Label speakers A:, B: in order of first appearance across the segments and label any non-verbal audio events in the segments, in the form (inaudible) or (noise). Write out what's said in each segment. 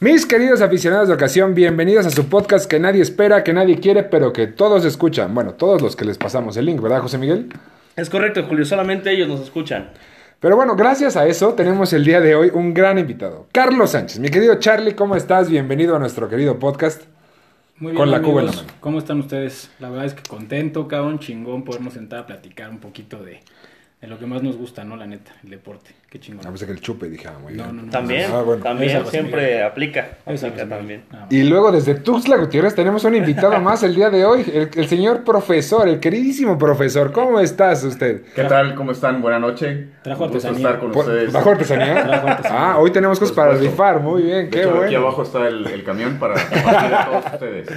A: Mis queridos aficionados de ocasión, bienvenidos a su podcast que nadie espera, que nadie quiere, pero que todos escuchan. Bueno, todos los que les pasamos el link, ¿verdad, José Miguel?
B: Es correcto, Julio, solamente ellos nos escuchan.
A: Pero bueno, gracias a eso tenemos el día de hoy un gran invitado, Carlos Sánchez. Mi querido Charlie, ¿cómo estás? Bienvenido a nuestro querido podcast.
C: Muy bien,
A: Con la cuba en la
C: amigos.
A: mano.
C: ¿Cómo están ustedes? La verdad es que contento, cabrón, chingón, podernos sentar a platicar un poquito de, de lo que más nos gusta, ¿no? La neta, el deporte. Qué chingón. Pues,
A: A que el chupe, dije, ah, muy
C: No,
A: bien.
C: no, no.
B: También,
A: Ah, bueno.
B: también,
C: Esa, José
B: siempre
C: Miguel.
B: aplica.
C: Ahí está,
B: Aplica
C: José
B: también.
C: Miguel. Nada más.
A: Y luego desde Tuxtla Gutiérrez tenemos un invitado (laughs) más el día de hoy, el, el señor profesor, el queridísimo profesor. ¿Cómo estás usted?
D: ¿Qué tal? ¿Cómo están? Buenas noches.
C: Trajo
D: Un gusto
C: artesanía.
D: estar con
A: Por-
D: ustedes.
A: ¿Bajo
D: (laughs)
A: artesanía?
C: Bajo artesanía.
A: Ah, hoy tenemos cosas para
D: Por supuesto.
A: rifar, muy bien,
D: De
A: qué
D: hecho,
A: bueno.
D: aquí abajo está el, el camión para compartir a todos ustedes.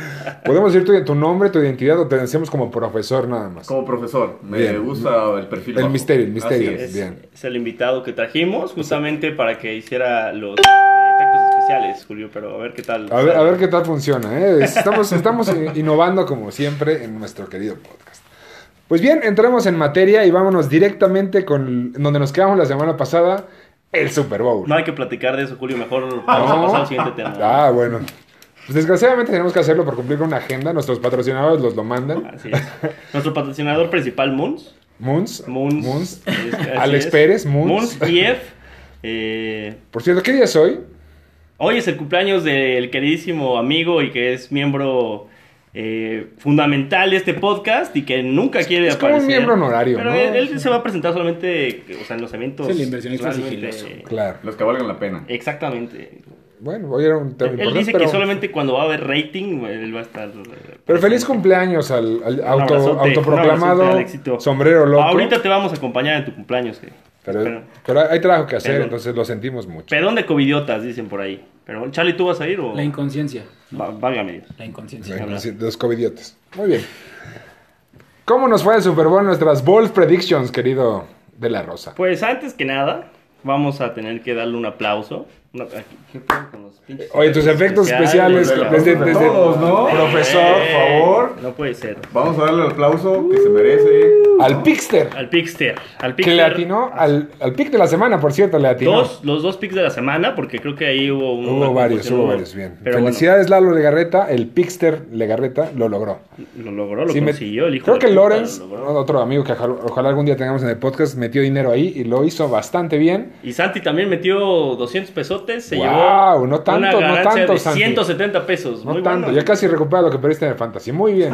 A: Podemos decir tu, tu nombre, tu identidad o te decimos como profesor nada más.
D: Como profesor, me
A: Bien.
D: gusta el perfil.
A: El
D: bajo.
A: misterio, el misterio.
B: Es,
D: Así es.
A: Bien.
B: es el invitado que trajimos justamente para que hiciera los eh, efectos especiales, Julio, pero a ver qué tal.
A: A ver, a ver qué tal funciona. ¿eh? Estamos, estamos
B: (laughs)
A: eh, innovando como siempre en nuestro querido podcast. Pues bien, entramos en materia y vámonos directamente con donde nos quedamos la semana pasada, el Super Bowl.
B: No hay que platicar de eso, Julio, mejor vamos a pasar al siguiente tema.
A: (laughs) Ah, bueno. Pues desgraciadamente tenemos que hacerlo por cumplir con una agenda. Nuestros patrocinadores los lo mandan.
B: Así es. Nuestro patrocinador principal, Moons.
A: Moons.
B: Moons.
A: Moons.
B: es- así
A: Alex
B: es.
A: Pérez, Moons.
B: Moons IF. Eh,
A: Por cierto, ¿qué día es hoy?
B: Hoy es el cumpleaños del queridísimo amigo y que es miembro eh, fundamental de este podcast y que nunca quiere
A: es como un
B: aparecer.
A: miembro honorario,
B: Pero
A: ¿no?
B: él, él se va a presentar solamente o sea, en los eventos.
C: Es el inversionista
B: realmente-
C: sigiloso.
A: Claro.
D: Los que valgan la pena.
B: Exactamente.
A: Bueno, hoy era un tema
B: Él,
A: importante,
B: dice
A: pero,
B: que solamente cuando va a haber rating él va a estar. eh,
A: pero feliz cumpleaños al, al auto-
B: abrazote, un
A: autoproclamado
B: abrazote, Alexito.
A: sombrero loco.
B: Ahorita te vamos a acompañar en tu cumpleaños. eh.
A: pero,
B: Pero-
A: pero hay trabajo que hacer,
B: Perdón.
A: entonces lo sentimos mucho.
B: Perdón de covidiotas, dicen por ahí. Pero, Charlie, ¿tú vas a ir o.?
C: Ah, La inconsciencia.
B: Va- válgame Dios.
C: La
A: Sí,
C: inconsciencia.
B: habla.
A: sí, de los covidiotes. Muy bien. ¿Cómo nos fue el Super Bowl en nuestras bold predictions, querido de la Rosa?
B: Pues antes que nada, vamos a tener que darle un aplauso. Una- aquí, ¿qué pedo con los pinches
A: Oye, tus efectos especiales
D: de la-
A: desde,
D: de
A: desde-
D: todos, ¿no?
A: profesor, por
B: Eh,
A: favor,
B: No puede ser.
D: Vamos a darle el aplauso que se merece.
A: al Pixter,
B: Uh. Al Pixter. Al
A: que
B: Pixter.
A: le atinó al, al pick de la semana, por cierto, le atinó.
B: Dos, los dos picks de la semana, porque creo que ahí hubo un.
A: Hubo varios, hubo varios, bien. Felicidades Lalo Legarreta, el Pixter Legarreta lo logró.
B: lo logró, lo
A: Sí, me-
B: consiguió. El hijo
A: creo
B: de
A: que
B: puta lo
A: Lawrence,
B: logró.
A: otro amigo que ojalá, ojalá algún día tengamos en el podcast, metió dinero ahí y lo hizo bastante bien.
B: Y Santi también metió 200 pesotes. Se
A: Wow,
B: llevó.
A: no tanto,
B: una
A: no
B: ganancia
A: tanto,
B: de
A: Santi.
B: 170 pesos.
A: No
B: Pues Muy
A: tanto,
B: bueno.
A: ya casi recupera lo que perdiste en el fantasy. Muy
B: (laughs)
A: bien.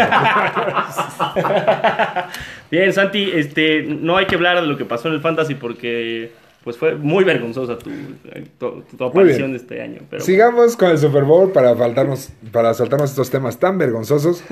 B: Bien, Santi, este, no hay que hablar de lo que pasó en el Fantasy porque pues fue muy vergonzosa tu, tu, tu
A: bien.
B: aparición de este año. Pero
A: Sigamos con el Super Bowl para faltarnos, para saltarnos estos temas tan vergonzosos.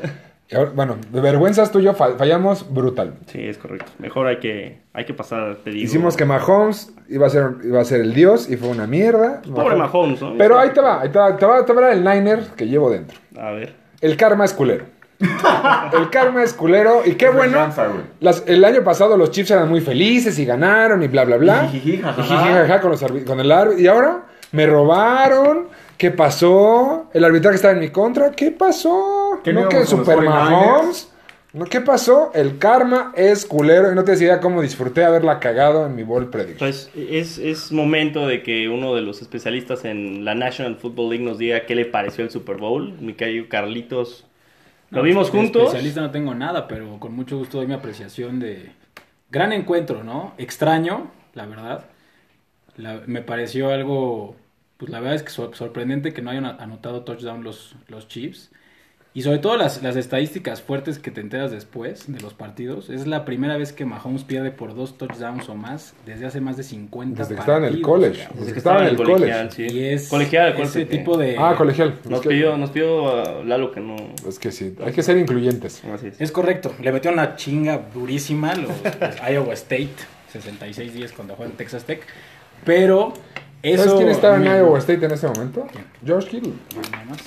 A: Y ahora, bueno, de vergüenzas tú y yo fa- fallamos brutalmente.
B: sí, es correcto. Mejor hay que, hay que pasar, te digo.
A: Hicimos que Mahomes iba a ser, iba a ser el dios y fue una mierda.
B: Pues Pobre Mahomes, ¿no?
A: Pero ahí te va, ahí te va, te va, te va el Niner que llevo dentro.
B: A ver.
A: El karma es
B: (laughs)
A: culero. El karma es culero y qué bueno.
D: Venganza, güey.
A: Las- el año pasado los Chiefs eran muy felices y ganaron y bla bla bla.
D: Y jiji, jajaja.
A: Y jiji, jajaja con, los arbi- con el árbitro. Y ahora me robaron. ¿Qué pasó? El arbitraje estaba en mi contra. ¿Qué pasó?
D: ¿Que no
A: no que
D: íbamos con los
A: Super
D: 49ers?
A: Mahomes. No, ¿qué pasó? El karma es culero y no te decía cómo disfruté haberla cagado en mi ball prediction.
B: Pues es, es momento de que uno de los especialistas en la National Football League nos diga qué le pareció el Super Bowl. Mi querido Carlitos. Lo
C: No,
B: vimos
C: de
B: juntos.
C: Especialista no tengo nada, pero con mucho gusto doy mi apreciación de gran encuentro, ¿no? Extraño, la verdad. La- me pareció algo, pues la verdad es que sor- sorprendente que no hayan a- anotado touchdown los, los Chiefs. Y sobre todo las, las estadísticas fuertes que te enteras después de los partidos. Es la primera vez que Mahomes pierde por dos touchdowns o más desde hace más de 50
A: Desde que estaba
C: partidos.
A: en el college.
C: cabrón.
A: Desde que estaba en el college.
B: colegial, sí.
C: Y es
B: colegial,
C: ese
B: acuérdate que
C: tipo de...
A: Ah, colegial. Es
B: Nos
A: que-
B: pidió, nos pidió uh, Lalo que no.
A: Es que sí, hay que ser incluyentes.
B: Así es.
C: Es correcto, le metió una chinga durísima los, los (laughs) Iowa State, 66 días cuando jugó en Texas Tech, pero eso...
A: ¿Sabes quién estaba en
C: Mira,
A: Iowa State en ese momento? George Kittle.
C: nada más.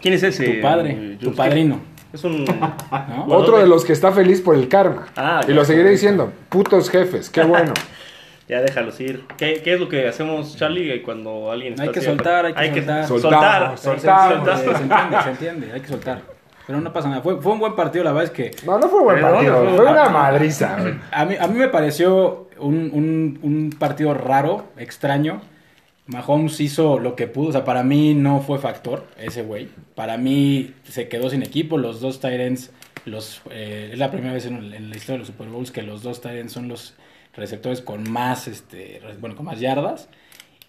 B: ¿Quién es ese?
C: Tu padre,
B: Eh,
C: tu
B: Jules?
C: padrino,
B: Es
C: (laughs)
B: un.
C: ¿no?
B: Ah, Bueno,
A: Otro de
B: ok.
A: los que está feliz por el karma.
B: Ah,
A: y
B: claro.
A: lo seguiré diciendo. Putos jefes, qué bueno.
B: Ya déjalos ir. ¿Qué, qué es lo que hacemos, Charlie, eh, cuando alguien
C: Hay
B: está
C: que
B: así?
C: soltar, hay que soltar.
A: Soltamos,
B: soltar.
C: Se- se-
A: soltamos.
C: Se, se entiende, se entiende, hay que soltar. Pero no pasa nada, fue, fue un buen partido, la verdad es que
A: No, no fue buen
B: Perdón,
A: partido.
B: no fue
A: Fue
B: buen
A: una
B: partido.
A: madriza.
C: a mí, a mí me pareció un, un- un partido raro, extraño, Mahomes hizo lo que pudo. O sea, para mí no fue factor ese güey. Para mí se quedó sin equipo. Los dos Tyrants, los, eh, es la primera vez en, en la historia de los Super Bowls que los dos Tyrants son los receptores con más, este, re- bueno, con más yardas.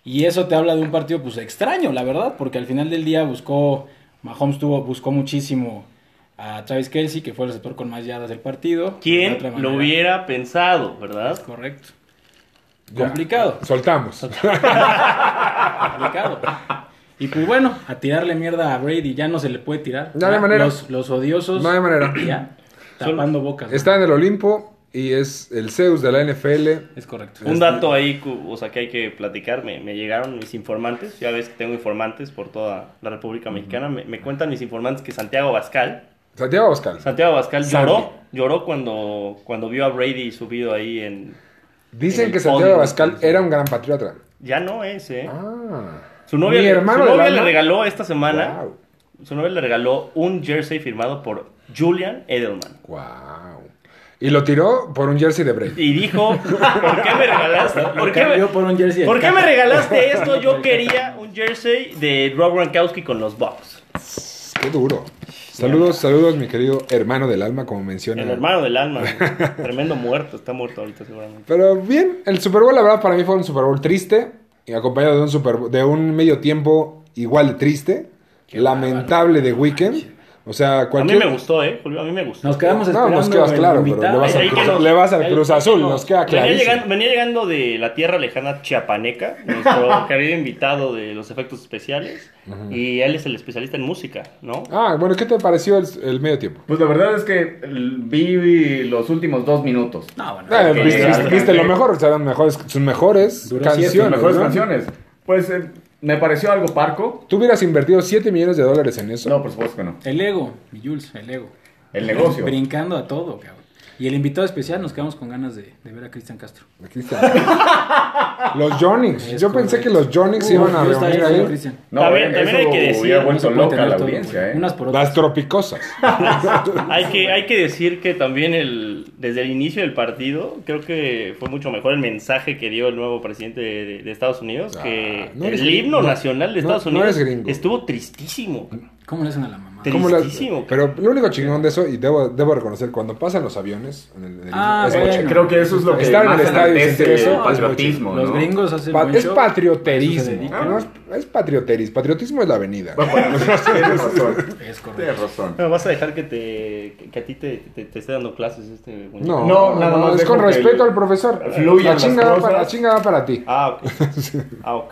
C: Y eso te habla de un partido, pues, extraño, la verdad, porque al final del día buscó, Mahomes tuvo, buscó muchísimo a Travis Kelsey, que fue el receptor con más yardas del partido. De
B: ¿Quién
C: otra manera-
B: lo hubiera pensado,
C: Es
B: verdad?
C: correcto.
A: Ya.
C: Complicado.
A: Soltamos.
C: complicado. Y pues bueno, a tirarle mierda a Brady ya no se le puede tirar.
A: No hay manera.
C: Los, los odiosos.
A: No hay manera.
C: Ya, tapando bocas. ¿no?
A: Está en el Olimpo y es el Zeus de la NFL.
C: Es correcto.
B: Un dato ahí, cu- o sea, que hay que platicar. Me, me llegaron mis informantes. Ya ves que tengo informantes por toda la República Mexicana. Me, me cuentan mis informantes que Santiago Bascal.
A: Santiago Abascal.
B: Santiago Bascal
A: Santi.
B: lloró. Lloró cuando, cuando vio a Brady subido ahí en. en
A: Dicen
B: el
A: que Santiago
B: podio.
A: Abascal era un gran patriota.
B: Ya no es, ¿eh?
A: Ah.
B: Su novia,
A: Mi
B: le-
A: hermano
B: su
A: del
B: novia
A: alma.
B: le regaló esta semana.
A: Wow.
B: Su novia le regaló un jersey firmado por Julian Edelman.
A: Wow. Y lo tiró por un jersey de Brady.
B: Y dijo, ¿por qué me regalaste?
A: (laughs)
B: ¿Por qué me,
C: Cambió por un jersey del
B: por qué me
C: Tata.
B: regalaste esto? Yo quería un jersey de Rob Gronkowski con los Bucks.
A: Qué duro. Saludos, saludos, mi querido hermano del alma, como menciona.
B: El hermano del alma. güey. Tremendo muerto. Está muerto ahorita seguramente.
A: Pero bien, el Super Bowl, la verdad, para mí fue un Super Bowl triste. Y acompañado de un, Super Bowl- de un medio tiempo igual de triste. lamentable de Weekend. O sea,
B: A mí
A: cualquier.
B: me gustó, ¿eh? Julio, a mí me gustó.
C: Nos quedamos
A: No,
C: esperando.
A: nos quedas
C: el
A: claro, pero
C: invitado.
A: le vas, al
B: Ahí que nos-
A: cruz, le vas al
C: ahí
A: Cruz
C: que
A: Azul,
C: nos-
A: nos queda
B: Venía
A: clarísimo.
B: llegando, venía llegando de la tierra lejana chiapaneca,
A: (laughs)
B: nuestro querido invitado de los efectos especiales, y él es el especialista en música, ¿no?
A: Ah, bueno, ¿qué te pareció el, el medio tiempo?
D: Pues la verdad es que l- vi los últimos dos minutos.
C: No, bueno.
A: Eh,
B: que-
A: viste, viste-
D: que-
A: viste lo mejor, o sea, eran mejores, sus mejores
C: Duró siete,
A: canciones.
D: Las mejores
A: ¿no?
D: canciones. Pues eh, me pareció algo parco.
A: ¿Tú hubieras invertido 7 millones de dólares en eso?
D: No, por supuesto que no.
C: El ego, mi Jules, el ego.
D: El negocio.
C: Brincando a todo, cabrón. Y el invitado especial nos quedamos con ganas de, de ver a Cristian Castro.
A: Aquí está. los Jonings.
C: Es
A: Yo pensé
C: correcto.
A: que los Jonings se
C: Uf,
A: iban a
C: yo estaría
A: reunir
C: con
A: ahí.
C: Cristian.
D: No,
B: También-
D: eh,
B: también
D: eso
B: hay que decir,
D: hubiera
B: no
C: No se puede
D: vuelto loca
C: tener
D: la
C: todo,
D: audiencia,
C: güey.
D: ¿eh?
C: Unas por otras.
A: Las tropicosas.
B: Hay que, hay que decir que también el, desde el inicio del partido, creo que fue mucho mejor el mensaje que dio el nuevo presidente de, de Estados Unidos,
A: Ah,
B: que
A: no eres
B: el
A: gringo.
B: himno
A: No,
B: nacional de
A: no,
B: Estados
A: no
B: Unidos
A: eres gringo.
B: estuvo tristísimo.
C: ¿Cómo le hacen a la mamá?
B: Te-
A: Como las-
B: Tristísimo.
A: pero lo único chingón de eso, y debo, debo reconocer, cuando pasan los aviones, en el- en el-
C: Ah,
A: es
C: bueno.
A: muy chingón.
D: Creo que eso es lo que
A: Estar en el
D: más
A: estadio y sentir eso
D: enaltece
A: es
D: el
A: muy
D: patriotismo,
C: Los
D: ¿no?
C: gringos hacen
A: Pa-
C: buen
A: es
C: show. Eso se
A: patrioterismo.
C: dedican.
A: ¿no? Es, es patrioterismo. Patriotismo es la avenida.
D: (laughs) (laughs) Bueno, tienes razón.
C: Es correcto.
D: Tienes razón.
B: No, vas a dejar que, te, que, que a ti te, te- te esté dando clases este muñeco.
A: No,
D: No, nada más
A: es
D: dejo
A: con
D: que
A: respeto
D: el-
A: al profesor.
D: fluyan
A: La
D: las
A: chinga, va para, la
D: cosas.
A: chinga va para ti.
B: Ah,
A: (laughs)
B: ok. Ah, ok.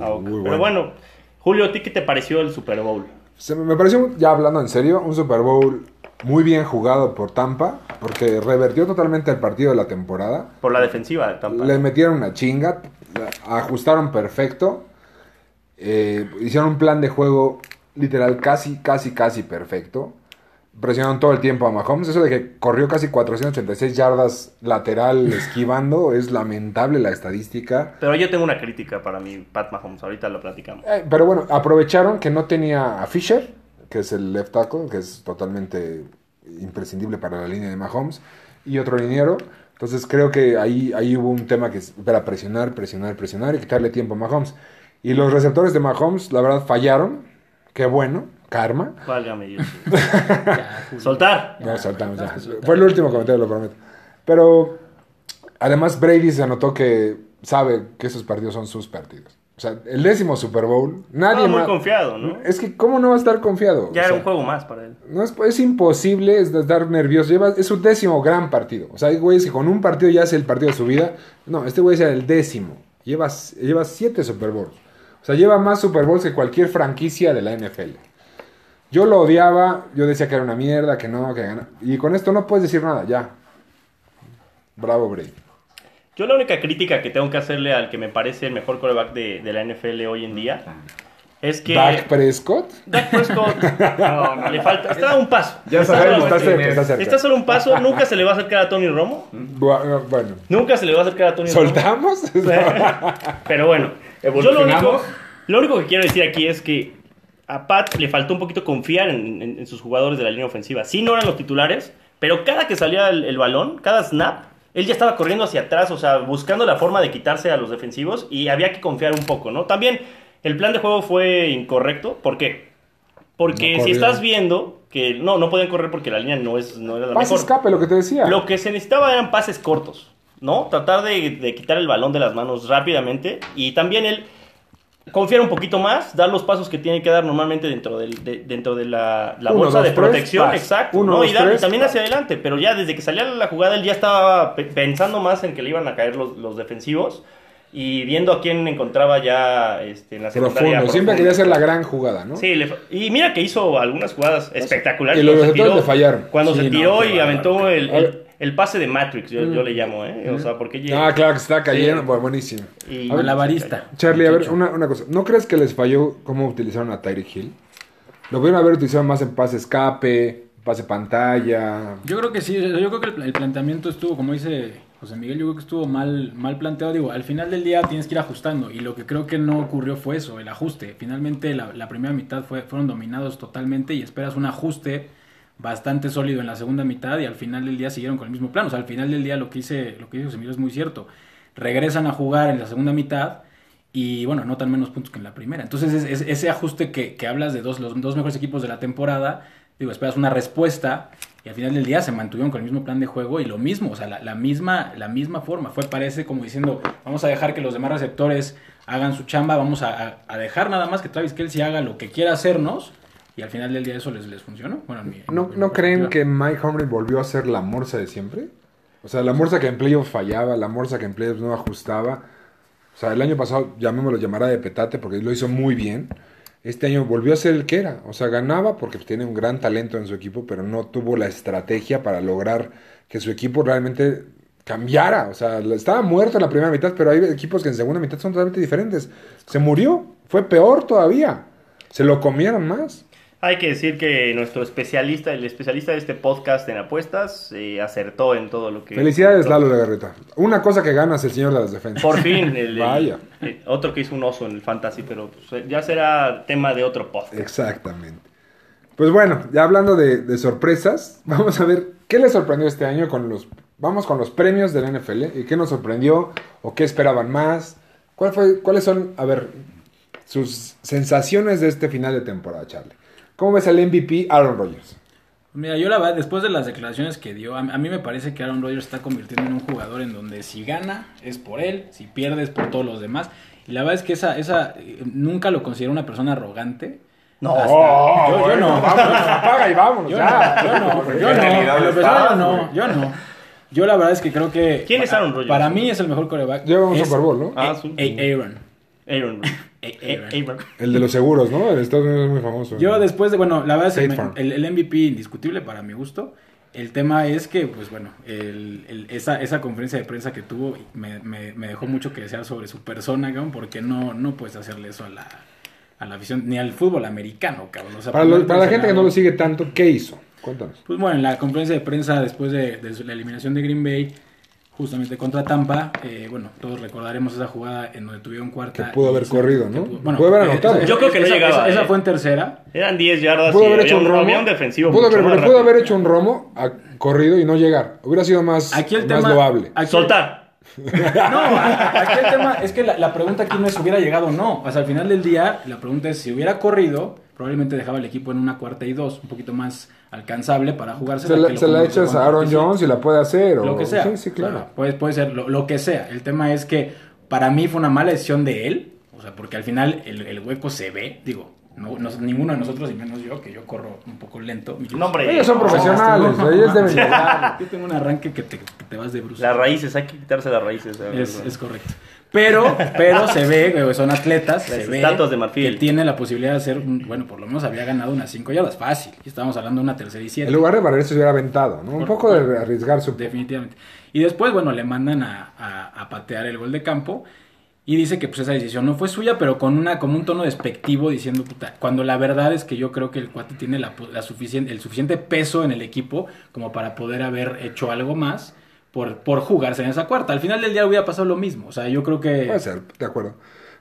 B: Ah, ok.
A: Muy
B: Pero
A: bueno.
B: bueno, Julio, ¿a ti qué te pareció el Super Bowl?
A: Se me me pareció, un- ya hablando en serio, un Super Bowl muy bien jugado por Tampa, porque revertió totalmente el partido de la temporada.
B: Por la defensiva de Tampa.
A: Le metieron una chinga, la- ajustaron perfecto, eh, hicieron un plan de juego literal casi, casi, casi perfecto. Presionaron todo el tiempo a Mahomes. Eso de que corrió casi 486 yardas lateral esquivando es lamentable la estadística.
B: Pero yo tengo una crítica para mi Pat Mahomes, ahorita lo platicamos.
A: Eh, pero bueno, aprovecharon que no tenía a Fisher, que es el left tackle, que es totalmente imprescindible para la línea de Mahomes, y otro liniero. Entonces creo que ahí, ahí hubo un tema que es para presionar, presionar, presionar y quitarle tiempo a Mahomes. Y los receptores de Mahomes, la verdad, fallaron. Qué bueno, karma.
B: Válgame
A: (laughs)
B: Dios.
C: Ya, Julio.
B: Soltar.
A: No, soltamos ya.
C: Ah, soltamos.
A: Fue el último comentario, lo prometo. Pero además Brady se anotó que sabe que esos partidos son sus partidos. O sea, el décimo Super Bowl, nadie
B: Estaba muy
A: más- Mm,
B: confiado, ¿no?
A: es que, ¿cómo no va a estar confiado?
B: Ya
A: O
B: era
A: sea,
B: un juego más para él.
A: No es, es imposible es de estar nervioso. Lleva, es su décimo gran partido. O sea, hay güeyes que con un partido ya hace el partido de su vida. No, este güey es el décimo. Lleva, lleva siete Super Bowls. O sea, lleva más Super Bowls que cualquier franquicia de la NFL. Yo lo odiaba, yo decía que era una mierda, que no, que gana. Y con esto no puedes decir nada, ya. Bravo, Brady.
B: Yo la única crítica que tengo que hacerle al que me parece el mejor coreback de, de la NFL hoy en día es que...
A: Dak Prescott. (laughs)
B: Dak Prescott no, no, le falta, está a un paso.
D: Ya
B: Está
D: sabemos,
B: solo-
A: está cerca,
D: quién
A: está
D: es.
A: cerca.
B: Está solo un paso, nunca se le va a acercar a Tony Romo.
A: Bu- Bueno,
B: Nunca se le va a acercar a Tony Romo.
A: ¿soltamos?
B: (laughs) Pero bueno, yo lo único,
D: ¿Evolucionamos?
B: lo único que quiero decir aquí es que a Pat le faltó un poquito confiar en, en- en sus jugadores de la línea ofensiva. Sí, no eran los titulares, pero cada que salía el, el balón, cada snap, él ya estaba corriendo hacia atrás, o sea, buscando la forma de quitarse a los defensivos y había que confiar un poco, ¿no? También el plan de juego fue incorrecto, ¿por qué? Porque
A: No
B: si
A: corrían.
B: estás viendo que no, no podían correr porque la línea no, es, no era la
A: Pase
B: mejor.
A: escape, lo que te decía.
B: Lo que se necesitaba eran pases cortos, ¿no? Tratar de, de quitar el balón de las manos rápidamente y también él confiar un poquito más, dar los pasos que tiene que dar normalmente dentro, del, de, dentro de la, la
A: Uno,
B: bolsa
A: dos,
B: de
A: tres,
B: protección,
A: pas.
B: exacto,
A: Uno,
B: ¿no?
A: dos,
B: y, dar- y
A: tres,
B: también
A: pas.
B: hacia adelante, pero ya desde que salía la jugada él ya estaba pe- pensando más en que le iban a caer los, los defensivos y viendo a quién encontraba ya este, en la
A: profundo.
B: secundaria.
A: Siempre
B: profunda.
A: quería hacer la gran jugada, ¿no?
B: Sí, le fa- y mira que hizo algunas jugadas espectaculares.
A: Y los
B: cuando se
A: resultados
B: tiró-
A: le fallaron.
B: Cuando
C: Sí,
B: se
C: no,
B: tiró
C: qué
B: y
C: bárbaro.
B: aventó el,
A: A
B: el-
A: ver.
B: el pase de Matrix, yo,
A: Mm.
B: yo le llamo, ¿eh? O sea, porque
A: Ah, claro que está cayendo. Bueno, buenísimo.
B: y-
A: A ver, pues,
C: Malabarista.
A: Charlie, a ver, una, una cosa. ¿No crees que les falló cómo utilizaron a Tyreek Hill? Lo pudieron haber utilizado más en pase escape, pase pantalla.
C: Yo creo que sí, yo creo que el, el planteamiento estuvo, como dice José Miguel, yo creo que estuvo mal, mal planteado. Digo, al final del día tienes que ir ajustando y lo que creo que no ocurrió fue eso, el ajuste. Finalmente la, la primera mitad fue, fueron dominados totalmente y esperas un ajuste bastante sólido en la segunda mitad y al final del día siguieron con el mismo plan. O sea, al final del día lo que dice, lo que dice José Miguel es muy cierto. Regresan a jugar en la segunda mitad y bueno, anotan menos puntos que en la primera. Entonces, es, es- ese ajuste que, que hablas de dos, los dos mejores equipos de la temporada, digo, esperas una respuesta y al final del día se mantuvieron con el mismo plan de juego y lo mismo, o sea, la, la misma, la misma forma. Fue, parece como diciendo, vamos a dejar que los demás receptores hagan su chamba, vamos a, a- a dejar nada más que Travis Kelsey haga lo que quiera hacernos y al final del día eso les, les funcionó. Bueno, en mi- en
A: ¿No,
C: mi
A: ¿No creen
C: perspectiva.
A: que Mike Humphrey volvió a ser la morsa de siempre? O sea, la morsa que en playoffs fallaba, la morsa que en playoffs no ajustaba. O sea, el año pasado, llamémoslo llamará de petate porque lo hizo muy bien. Este año volvió a ser el que era. O sea, ganaba porque tiene un gran talento en su equipo, pero no tuvo la estrategia para lograr que su equipo realmente cambiara. O sea, lo- estaba muerto en la primera mitad, pero hay equipos que en segunda mitad son totalmente diferentes. Se murió, fue peor todavía. Se lo comieron más.
B: Hay que decir que nuestro especialista, el especialista de este podcast en apuestas, eh, acertó en todo lo que...
A: Felicidades, Lalo Legarreta. Una cosa que ganas el señor de las defensas.
B: Por fin, el, el-
A: Vaya.
B: el otro que hizo un oso en el fantasy, pero pues, ya será tema de otro podcast.
A: Exactamente. Pues bueno, ya hablando de, de sorpresas, (laughs) vamos a ver qué le sorprendió este año con los... Vamos con los premios del NFL y qué nos sorprendió o qué esperaban más. ¿Cuál fue, ¿Cuáles son, a ver, sus sensaciones de este final de temporada, Charlie? ¿Cómo ves al MVP Aaron Rodgers?
C: Mira, yo la verdad, después de las declaraciones que dio, a, a mí me parece que Aaron Rodgers está convirtiendo en un jugador en donde si gana es por él, si pierde es por todos los demás. Y la verdad es que esa, esa eh, nunca lo considero una persona arrogante.
B: No.
C: Hasta-
A: Oh,
C: yo, yo
A: bueno,
C: no.
A: vámonos, apaga y vámonos.
C: Yo
A: ya.
C: no, yo no, yo
D: En
C: no,
D: realidad
C: en lo
D: estás,
C: personal yo no,
D: güey.
C: yo no. Yo la verdad es que creo que...
B: ¿Quién es Aaron Rodgers?
C: Para mí es el mejor coreback.
A: Lleva un
C: Es-
A: Super Bowl, ¿no?
B: Ah,
C: eh,
B: sí.
C: eh, Aaron.
B: Aaron.
C: Eh,
B: Eh,
C: Aaron.
B: Aaron.
A: El de los seguros, ¿no? En Estados Unidos es muy famoso.
C: Yo después de, bueno, la verdad es que
A: State Farm.
C: me- el, el MVP indiscutible para mi gusto. El tema es que, pues bueno, el- el- esa, esa conferencia de prensa que tuvo me, me- me dejó mucho que desear sobre su persona, cabrón, porque no, no puedes hacerle eso a la, a la afición, ni al fútbol americano, cabrón. O sea,
A: Para, lo-
C: poner
A: para la
C: prensa
A: gente que
C: en la-
A: no lo sigue tanto, ¿qué hizo? Cuéntanos.
C: Pues bueno, en la conferencia de prensa después de, de su- la eliminación de Green Bay, justamente contra Tampa, eh, bueno, todos recordaremos esa jugada en donde tuvieron cuarta.
A: Que pudo
C: y
A: haber
C: esa-
A: corrido,
C: que
A: ¿no? Pudo haber
C: eh,
A: anotado.
C: esa-
B: Yo creo que no
C: esa-
B: llegaba,
C: esa- esa
B: eh.
C: fue en tercera.
B: Eran 10 yardas
A: Pudo
B: y
A: haber
B: Ah, había
A: hecho un
B: un,
A: romo.
B: había un defensivo
A: Pudo
B: mucho
A: haber,
B: más
A: pero pudo
B: rápido.
A: haber hecho un romo, ha corrido y no llegar. Hubiera sido más,
C: Aquí el
A: más
C: tema.
A: loable.
C: aquí-
B: Soltar.
C: No, a- aquí el tema es que la, la pregunta aquí no es si hubiera llegado o no. O sea, al final del día, la pregunta es si hubiera corrido, probablemente dejaba el equipo en una cuarta y dos, un poquito más alcanzable para jugarse.
A: Se la, se la echas a Aaron
C: Jones
A: Jones y la puede hacer. o-
C: lo que sea.
A: Sí, sí, claro.
C: O sea, puede, puede ser lo, lo que sea. El tema es que para mí fue una mala decisión de él. O sea, porque al final el, el hueco se ve. Digo, no, no- ninguno de nosotros, y menos yo, que yo corro un poco lento.
B: No, hombre.
A: Ellos son
B: O sea,
A: profesionales, ellos deben llegar.
C: Yo tengo un arranque que te, que te vas de bruces.
B: Pues, Las raíces, hay que quitarse las raíces. a ver,
C: Es,
B: ¿no?
C: es correcto. Pero, pero se ve, güey, son atletas,
B: Las
C: se ve
B: estatuas de marfil.
C: que tiene la posibilidad de hacer, un- bueno, por lo menos había ganado unas 5 yardas, fácil. Y estábamos hablando de una tercera y siete.
A: En lugar de barrer, se hubiera aventado. ¿no? Un
C: Por-
A: poco de arriesgar su.
C: Definitivamente. Y después, bueno, le mandan a, a- a patear el gol de campo. Y dice que pues esa decisión no fue suya, pero con una, como un tono despectivo diciendo, puta, cuando la verdad es que yo creo que el cuate tiene la, po- la suficiente, el suficiente peso en el equipo como para poder haber hecho algo más por, por jugarse en esa cuarta. Al final del día hubiera pasado lo mismo. O sea, yo creo que...
A: Puede ser, de acuerdo.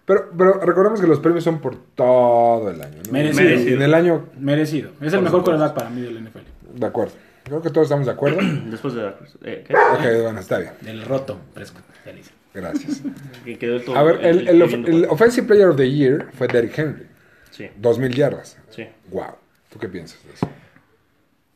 A: Pero, pero recordemos que los premios son por todo el año. ¿no?
C: Merecido.
A: Y En el año,
C: Merecido. Es
A: Por
C: el mejor
A: supuesto.
C: coreback para mí del NFL.
A: de acuerdo. Creo que todos estamos de acuerdo.
B: Después de Dark Horse. Eh, (laughs) ¿qué?
A: Ok, bueno, está bien.
C: Del roto, fresco, feliz.
A: Gracias.
B: Que quedó el todo-
A: A ver, el, el of-
B: lindo,
A: el
B: pues.
A: Offensive Player of the Year fue Derrick Henry.
B: Sí,
A: 2.000 yardas.
B: sí.
A: Wow. ¿Tú qué piensas de eso?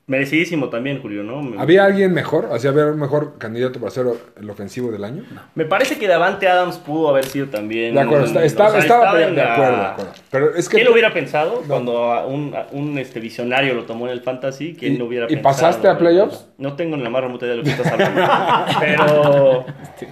B: Merecidísimo también, Julio, ¿no? Me,
A: ¿Había alguien mejor? ¿Hacía haber un mejor candidato para ser el ofensivo del año?
B: me parece que Davante Adams pudo haber sido también.
A: De acuerdo, está- está-
B: o sea,
A: estaba
B: estaba
A: de,
B: en
A: de
B: la-
A: acuerdo, de acuerdo. Pero es que
B: ¿Quién
A: tú-
B: lo hubiera pensado
A: No.
B: cuando a un, a un, este, visionario lo tomó en el fantasy? ¿Quién
A: ¿Y-
B: lo hubiera
A: y
B: pensado?
A: pasaste a playoffs?
B: No tengo ni la más remota idea de lo que estás hablando. (laughs) pero,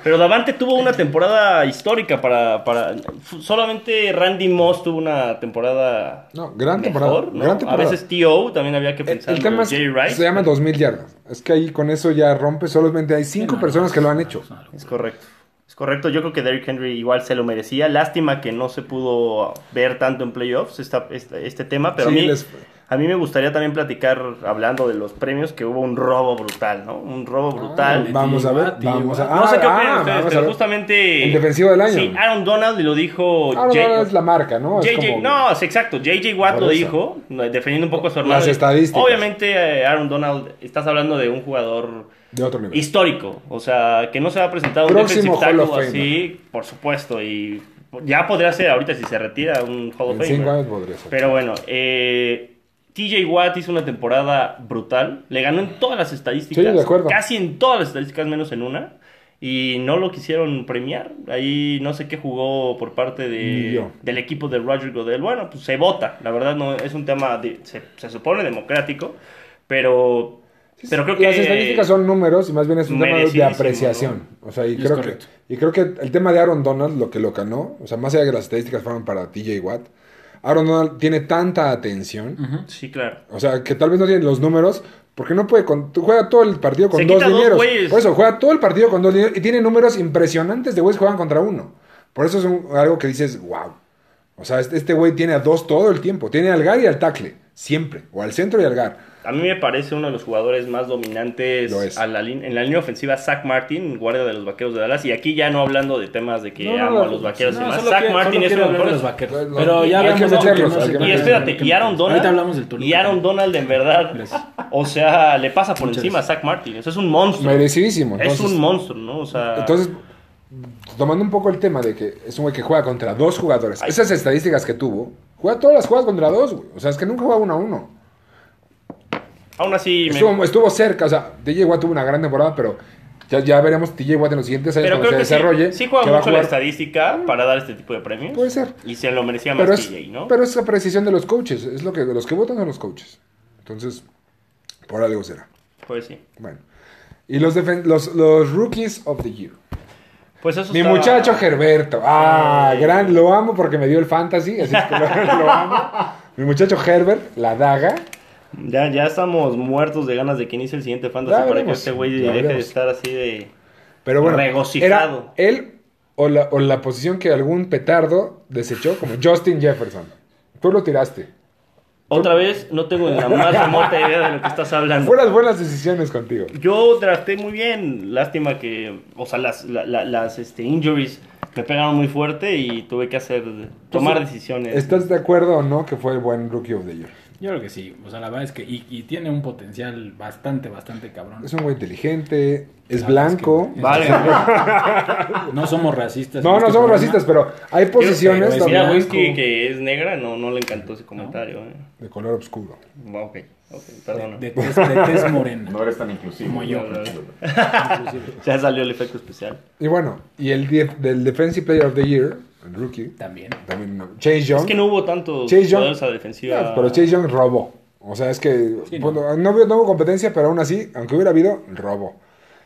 B: pero Davante tuvo una temporada histórica para, para... fu- Solamente Randy Moss tuvo una temporada...
A: No, gran
B: mejor,
A: temporada,
B: ¿no?
A: gran temporada.
B: A veces T.O. también había que
A: el,
B: pensar.
A: el tema es-
B: Jerry Rice.
A: se llama 2.000 yardas. Es que ahí con eso ya rompe. Solamente hay cinco personas que lo han hecho.
B: Es correcto. Es correcto, yo creo que Derrick Henry igual se lo merecía. Lástima que no se pudo ver tanto en playoffs esta- esta- este tema, pero
A: Sí,
B: a, mí,
A: les-
B: a mí me gustaría también platicar, hablando de los premios, que hubo un robo brutal, ¿no? Un robo brutal.
A: Ah, vamos a ver,
C: Tío,
A: vamos a
B: no sé qué
A: ah,
B: opinan
A: ah,
B: ustedes,
A: vamos a
B: pero
A: ver.
B: justamente...
A: El defensivo del año.
B: Sí, Aaron Donald lo dijo...
A: Ahora
B: J-
A: es la marca, ¿no? Es
B: JJ,
A: como-
B: no, es exacto. JJ Watt
A: Por
B: lo
A: eso.
B: dijo, defendiendo un poco a su hermano.
A: Las estadísticas.
B: Obviamente, eh, Aaron Donald, estás hablando de un jugador
A: De otro nivel.
B: histórico. O sea, que no se ha presentado un
A: Próximo
B: defensive
A: Hall
B: tackle
A: of Famer.
B: así, por supuesto. Y ya podría ser ahorita si se retira un Hall of
A: en cinco años
B: Famer.
A: podría ser.
B: Pero bueno, eh, TJ Watt hizo una temporada brutal. Le ganó en todas las estadísticas.
A: Sí, de acuerdo.
B: Casi en todas las estadísticas, menos en una. Y no lo quisieron premiar. Ahí no sé qué jugó por parte
A: Ni yo.
B: de, del equipo de Roger Godel. Bueno, pues se vota. La verdad, no es un tema, de- se, se supone democrático. Pero, pero creo que.
A: Las estadísticas son números y más bien es un tema de
B: merecidísimo,
A: apreciación. O sea, y
C: Es
A: creo, que,
C: correcto.
A: y creo que el tema de Aaron Donald, lo que lo ganó, o sea, más allá de que las estadísticas fueron para TJ Watt, Aaron Donald tiene tanta atención,
B: Sí, claro.
A: o sea, que tal vez no tiene los números, porque no puede, con, tú juega todo el partido con
B: Se
A: dos
B: quita dos
A: dineros.
B: güeyes.
A: Por eso, juega todo el partido con dos dineros y tiene números impresionantes de güeyes que juegan contra uno. Por eso es un- algo que dices, wow. O sea, este este güey tiene a dos todo el tiempo. Tiene al gar y al tackle, siempre. O al centro y al gar.
B: A mí me parece uno de los jugadores más
A: Lo es.
B: dominantes a la lin- en la línea ofensiva, Zach Martin, guardia de los vaqueros de Dallas. Y aquí ya no hablando de temas de que
A: No, no,
B: amo a
A: no,
B: los vaqueros y
C: No,
B: más.
C: solo
B: Zach
C: quiero-
B: Martin
C: solo
B: es
C: quiero
B: uno de
C: hablar de
B: los
C: los
B: vaqueros.
C: vaqueros.
A: Los-
C: Pero ya
A: y- y
C: hablamos
A: hay que
C: del
A: meterlos,
C: no
A: hay
C: sé
A: que
C: qué.
B: Y
A: meterlos.
B: espérate, y Aaron Donald.
C: Ahorita hablamos del turno.
B: Y Aaron Donald, en verdad.
C: Gracias.
B: O sea, le pasa por
C: Muchas
B: encima a Zach Martin. Eso es un monstruo.
A: Merecidísimo.
B: es
A: Entonces-
B: un monstruo, ¿no? O sea.
A: Entonces, tomando un poco el tema de que es un güey que juega contra dos jugadores,
B: Ay.
A: esas estadísticas que tuvo, juega todas las jugadas contra dos, güey. O sea, es que nunca juega uno a uno.
B: aún así. me-
A: Estuvo, estuvo cerca, o sea, DJ Watt tuvo una gran temporada, pero ya, ya veremos DJ Watt en los siguientes años
B: Pero
A: cuando
B: creo
A: se
B: que sí,
A: desarrolle.
B: sí juega
A: que va a
B: mucho la
A: jugar.
B: estadística para dar este tipo de premios.
A: Puede ser.
B: Y se lo merecía más
A: Pero es,
B: TJ, ¿no?
A: pero es la precisión de los coaches, es lo que los que votan son los coaches. Entonces, por algo será.
B: Pues sí.
A: Bueno. Y los, defen- los, los rookies of the year.
B: Pues eso
A: Mi
B: está-
A: muchacho Gerberto. Ah,
B: Ay.
A: gran. Lo amo porque me dio el fantasy. Así es que lo, (laughs) lo amo. Mi muchacho Herbert, la daga.
B: Ya, ya estamos muertos de ganas de que inicie el siguiente fantasy
A: Ya
B: para que
A: veremos,
B: este güey
A: ya
B: deje de
A: veremos.
B: estar así de.
A: Pero bueno.
B: Regocijado.
A: Era él o la, o la posición que algún petardo desechó, como Justin Jefferson. Tú lo tiraste.
B: Otra vez, no tengo ni la más remota idea de lo que estás hablando.
A: Fueron las buenas decisiones contigo.
B: Yo drafté muy bien. Lástima que. O sea, las, la- la- las este, injuries me pegaron muy fuerte y tuve que hacer. tomar
A: Entonces,
B: decisiones.
A: ¿Estás de acuerdo o no que fue el buen rookie of the year?
C: Yo creo que sí. O sea, la verdad es que. Y, y tiene un potencial bastante, bastante cabrón.
A: Es un güey inteligente, es
C: La verdad es que-
A: blanco.
B: Vale.
C: No somos racistas. en
A: No, no
C: este
A: somos
C: programa.
A: racistas, pero hay posiciones
C: pero es-
A: donde-
B: Mira,
C: blanco.
B: Whisky, que es negra, no, no le encantó ese comentario. ¿eh?
A: de color oscuro.
B: Bueno, Ok, ok, perdona.
C: De tez, de tez
B: (laughs)
C: morena.
D: No eres tan inclusivo.
C: Como yo. inclusive.
B: Ya salió el efecto especial.
A: Y bueno, y el dief- del Defensive Player of the Year, el rookie,
C: También.
A: también no. Chase Young.
B: Es que no hubo tantos
A: Chase Young.
B: jugadores a defensiva.
A: Ah, Pero Chase Young robó. O sea, es que
C: Sí,
A: bueno, no. hubo- no hubo competencia, pero aún así, aunque hubiera habido, robó.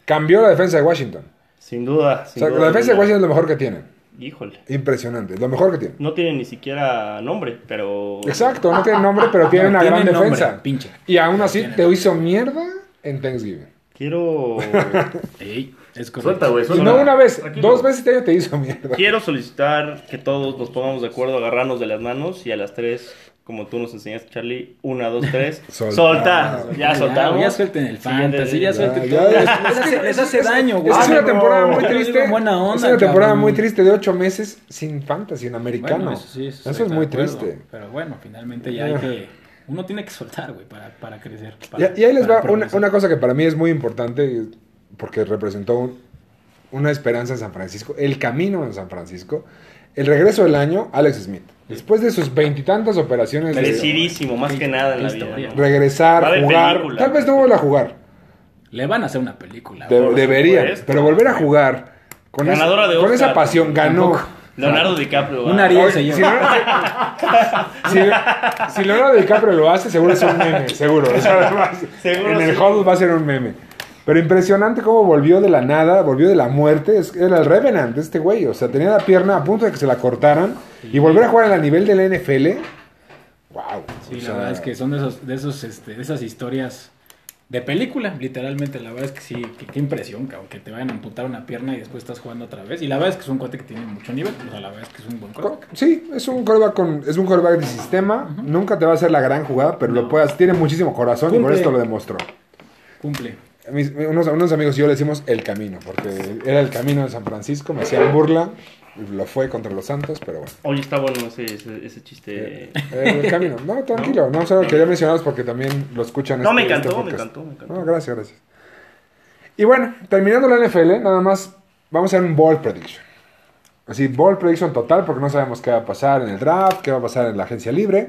A: Cambió la defensa de Washington.
B: Sin duda.
A: O
B: sin
A: sea,
B: duda
A: la defensa de
B: alguna.
A: Washington es lo mejor que tienen.
B: Híjole.
A: Impresionante, es lo mejor que tienen.
B: No tiene ni siquiera nombre, pero.
A: Exacto, no tienen nombre, pero
C: (laughs)
A: tienen una
C: tienen
A: gran
C: nombre,
A: defensa.
C: pinche.
A: Y aún así, te hizo mierda en Thanksgiving.
B: Quiero.
A: (laughs)
C: Ey, es correcto.
D: Suelta, güey.
A: Y
D: suelta.
A: no una vez,
D: Tranquilo.
A: dos veces este año te hizo mierda.
B: quiero solicitar que todos nos pongamos de acuerdo, agarrarnos de las manos y a las tres, como tú nos enseñaste, Charlie, una, dos, tres.
A: (laughs) Soltar.
B: soltar. Ya
C: Ya,
B: soltamos.
C: ya suelten el
B: Siguiente.
C: fantasy, ya suelten
A: Ya,
C: (laughs) todo.
A: ya,
C: Les
A: es que-
C: hace- les hace
A: es-
C: daño,
A: Es
C: güey. Ah,
A: que es una
C: No,
A: temporada muy
C: yo digo
A: triste.
C: buena onda,
A: es una temporada
C: cabrón.
A: muy triste de ocho meses sin fantasy en americano.
C: Bueno,
A: eso
C: sí, eso
A: es
C: estoy de
A: muy
C: acuerdo.
A: triste.
C: Pero bueno, finalmente ya hay
A: Ah.
C: que Uno tiene que soltar, güey, para, para crecer.
A: Y,
C: para-
A: y ahí les
C: para
A: va una,
C: progresar.
A: una cosa que para mí es muy importante porque representó un- una esperanza en San Francisco, el camino en San Francisco, el regreso del año, Alex Smith. Después de sus veintitantas operaciones, de
B: Merecidísimo, más que nada en la
C: Historia.
B: vida. ¿no?
A: regresar,
B: Va a haber
A: jugar,
B: película.
A: tal vez no vuelva a jugar,
C: Le van a hacer una película.
A: de-
C: güey.
B: Por
A: debería,
B: supuesto.
A: pero volver a jugar con, esa-
B: Ganadora de
A: con esa
B: Oscar.
A: pasión, ganó.
C: Tampoco.
B: Leonardo DiCaprio.
C: Un
B: ah.
C: Ariel.
A: Oye,
C: se lleva.
A: si, Leonardo- si- si Leonardo DiCaprio lo hace, seguro es un meme, seguro. O sea, va a ser-
B: (laughs) Seguro
A: en el
B: sí.
A: Huddle va a ser un meme. Pero impresionante cómo volvió de la nada, volvió de la muerte. Es- Era el Revenant, este güey. O sea, tenía la pierna a punto de que se la cortaran. Y volver a jugar a nivel del NFL. ¡Wow!
C: Sí, la verdad es que son de esos, de esos, este, de esas historias de película, literalmente. La verdad es que sí, que- qué impresión, cabrón, que te vayan a amputar una pierna y después estás jugando otra vez. Y la verdad es que es un cuate que tiene mucho nivel. O sea, la verdad es que es un buen cuate.
A: Sí, es un coreback con, es un quarterback de sistema. Nunca te va a hacer la gran jugada, pero lo puedas. Tiene muchísimo corazón y por
C: Cumple.
A: esto lo demostró.
C: Cumple.
A: A mis- unos, a unos amigos y yo le decimos el camino, porque era el camino de San Francisco, me hacían burla, lo fue contra los Santos, pero bueno.
B: Oye, está bueno ese, ese, ese chiste.
A: Eh, El camino. No, tranquilo, no solo quería mencionarlos porque también lo escuchan.
B: No, me
A: este- este
B: encantó, me
A: podcast.
B: encantó, me encantó.
A: No, gracias, gracias. Y bueno, terminando la NFL, nada más vamos a hacer un ball prediction. Así, ball prediction total, porque no sabemos qué va a pasar en el draft, qué va a pasar en la agencia libre.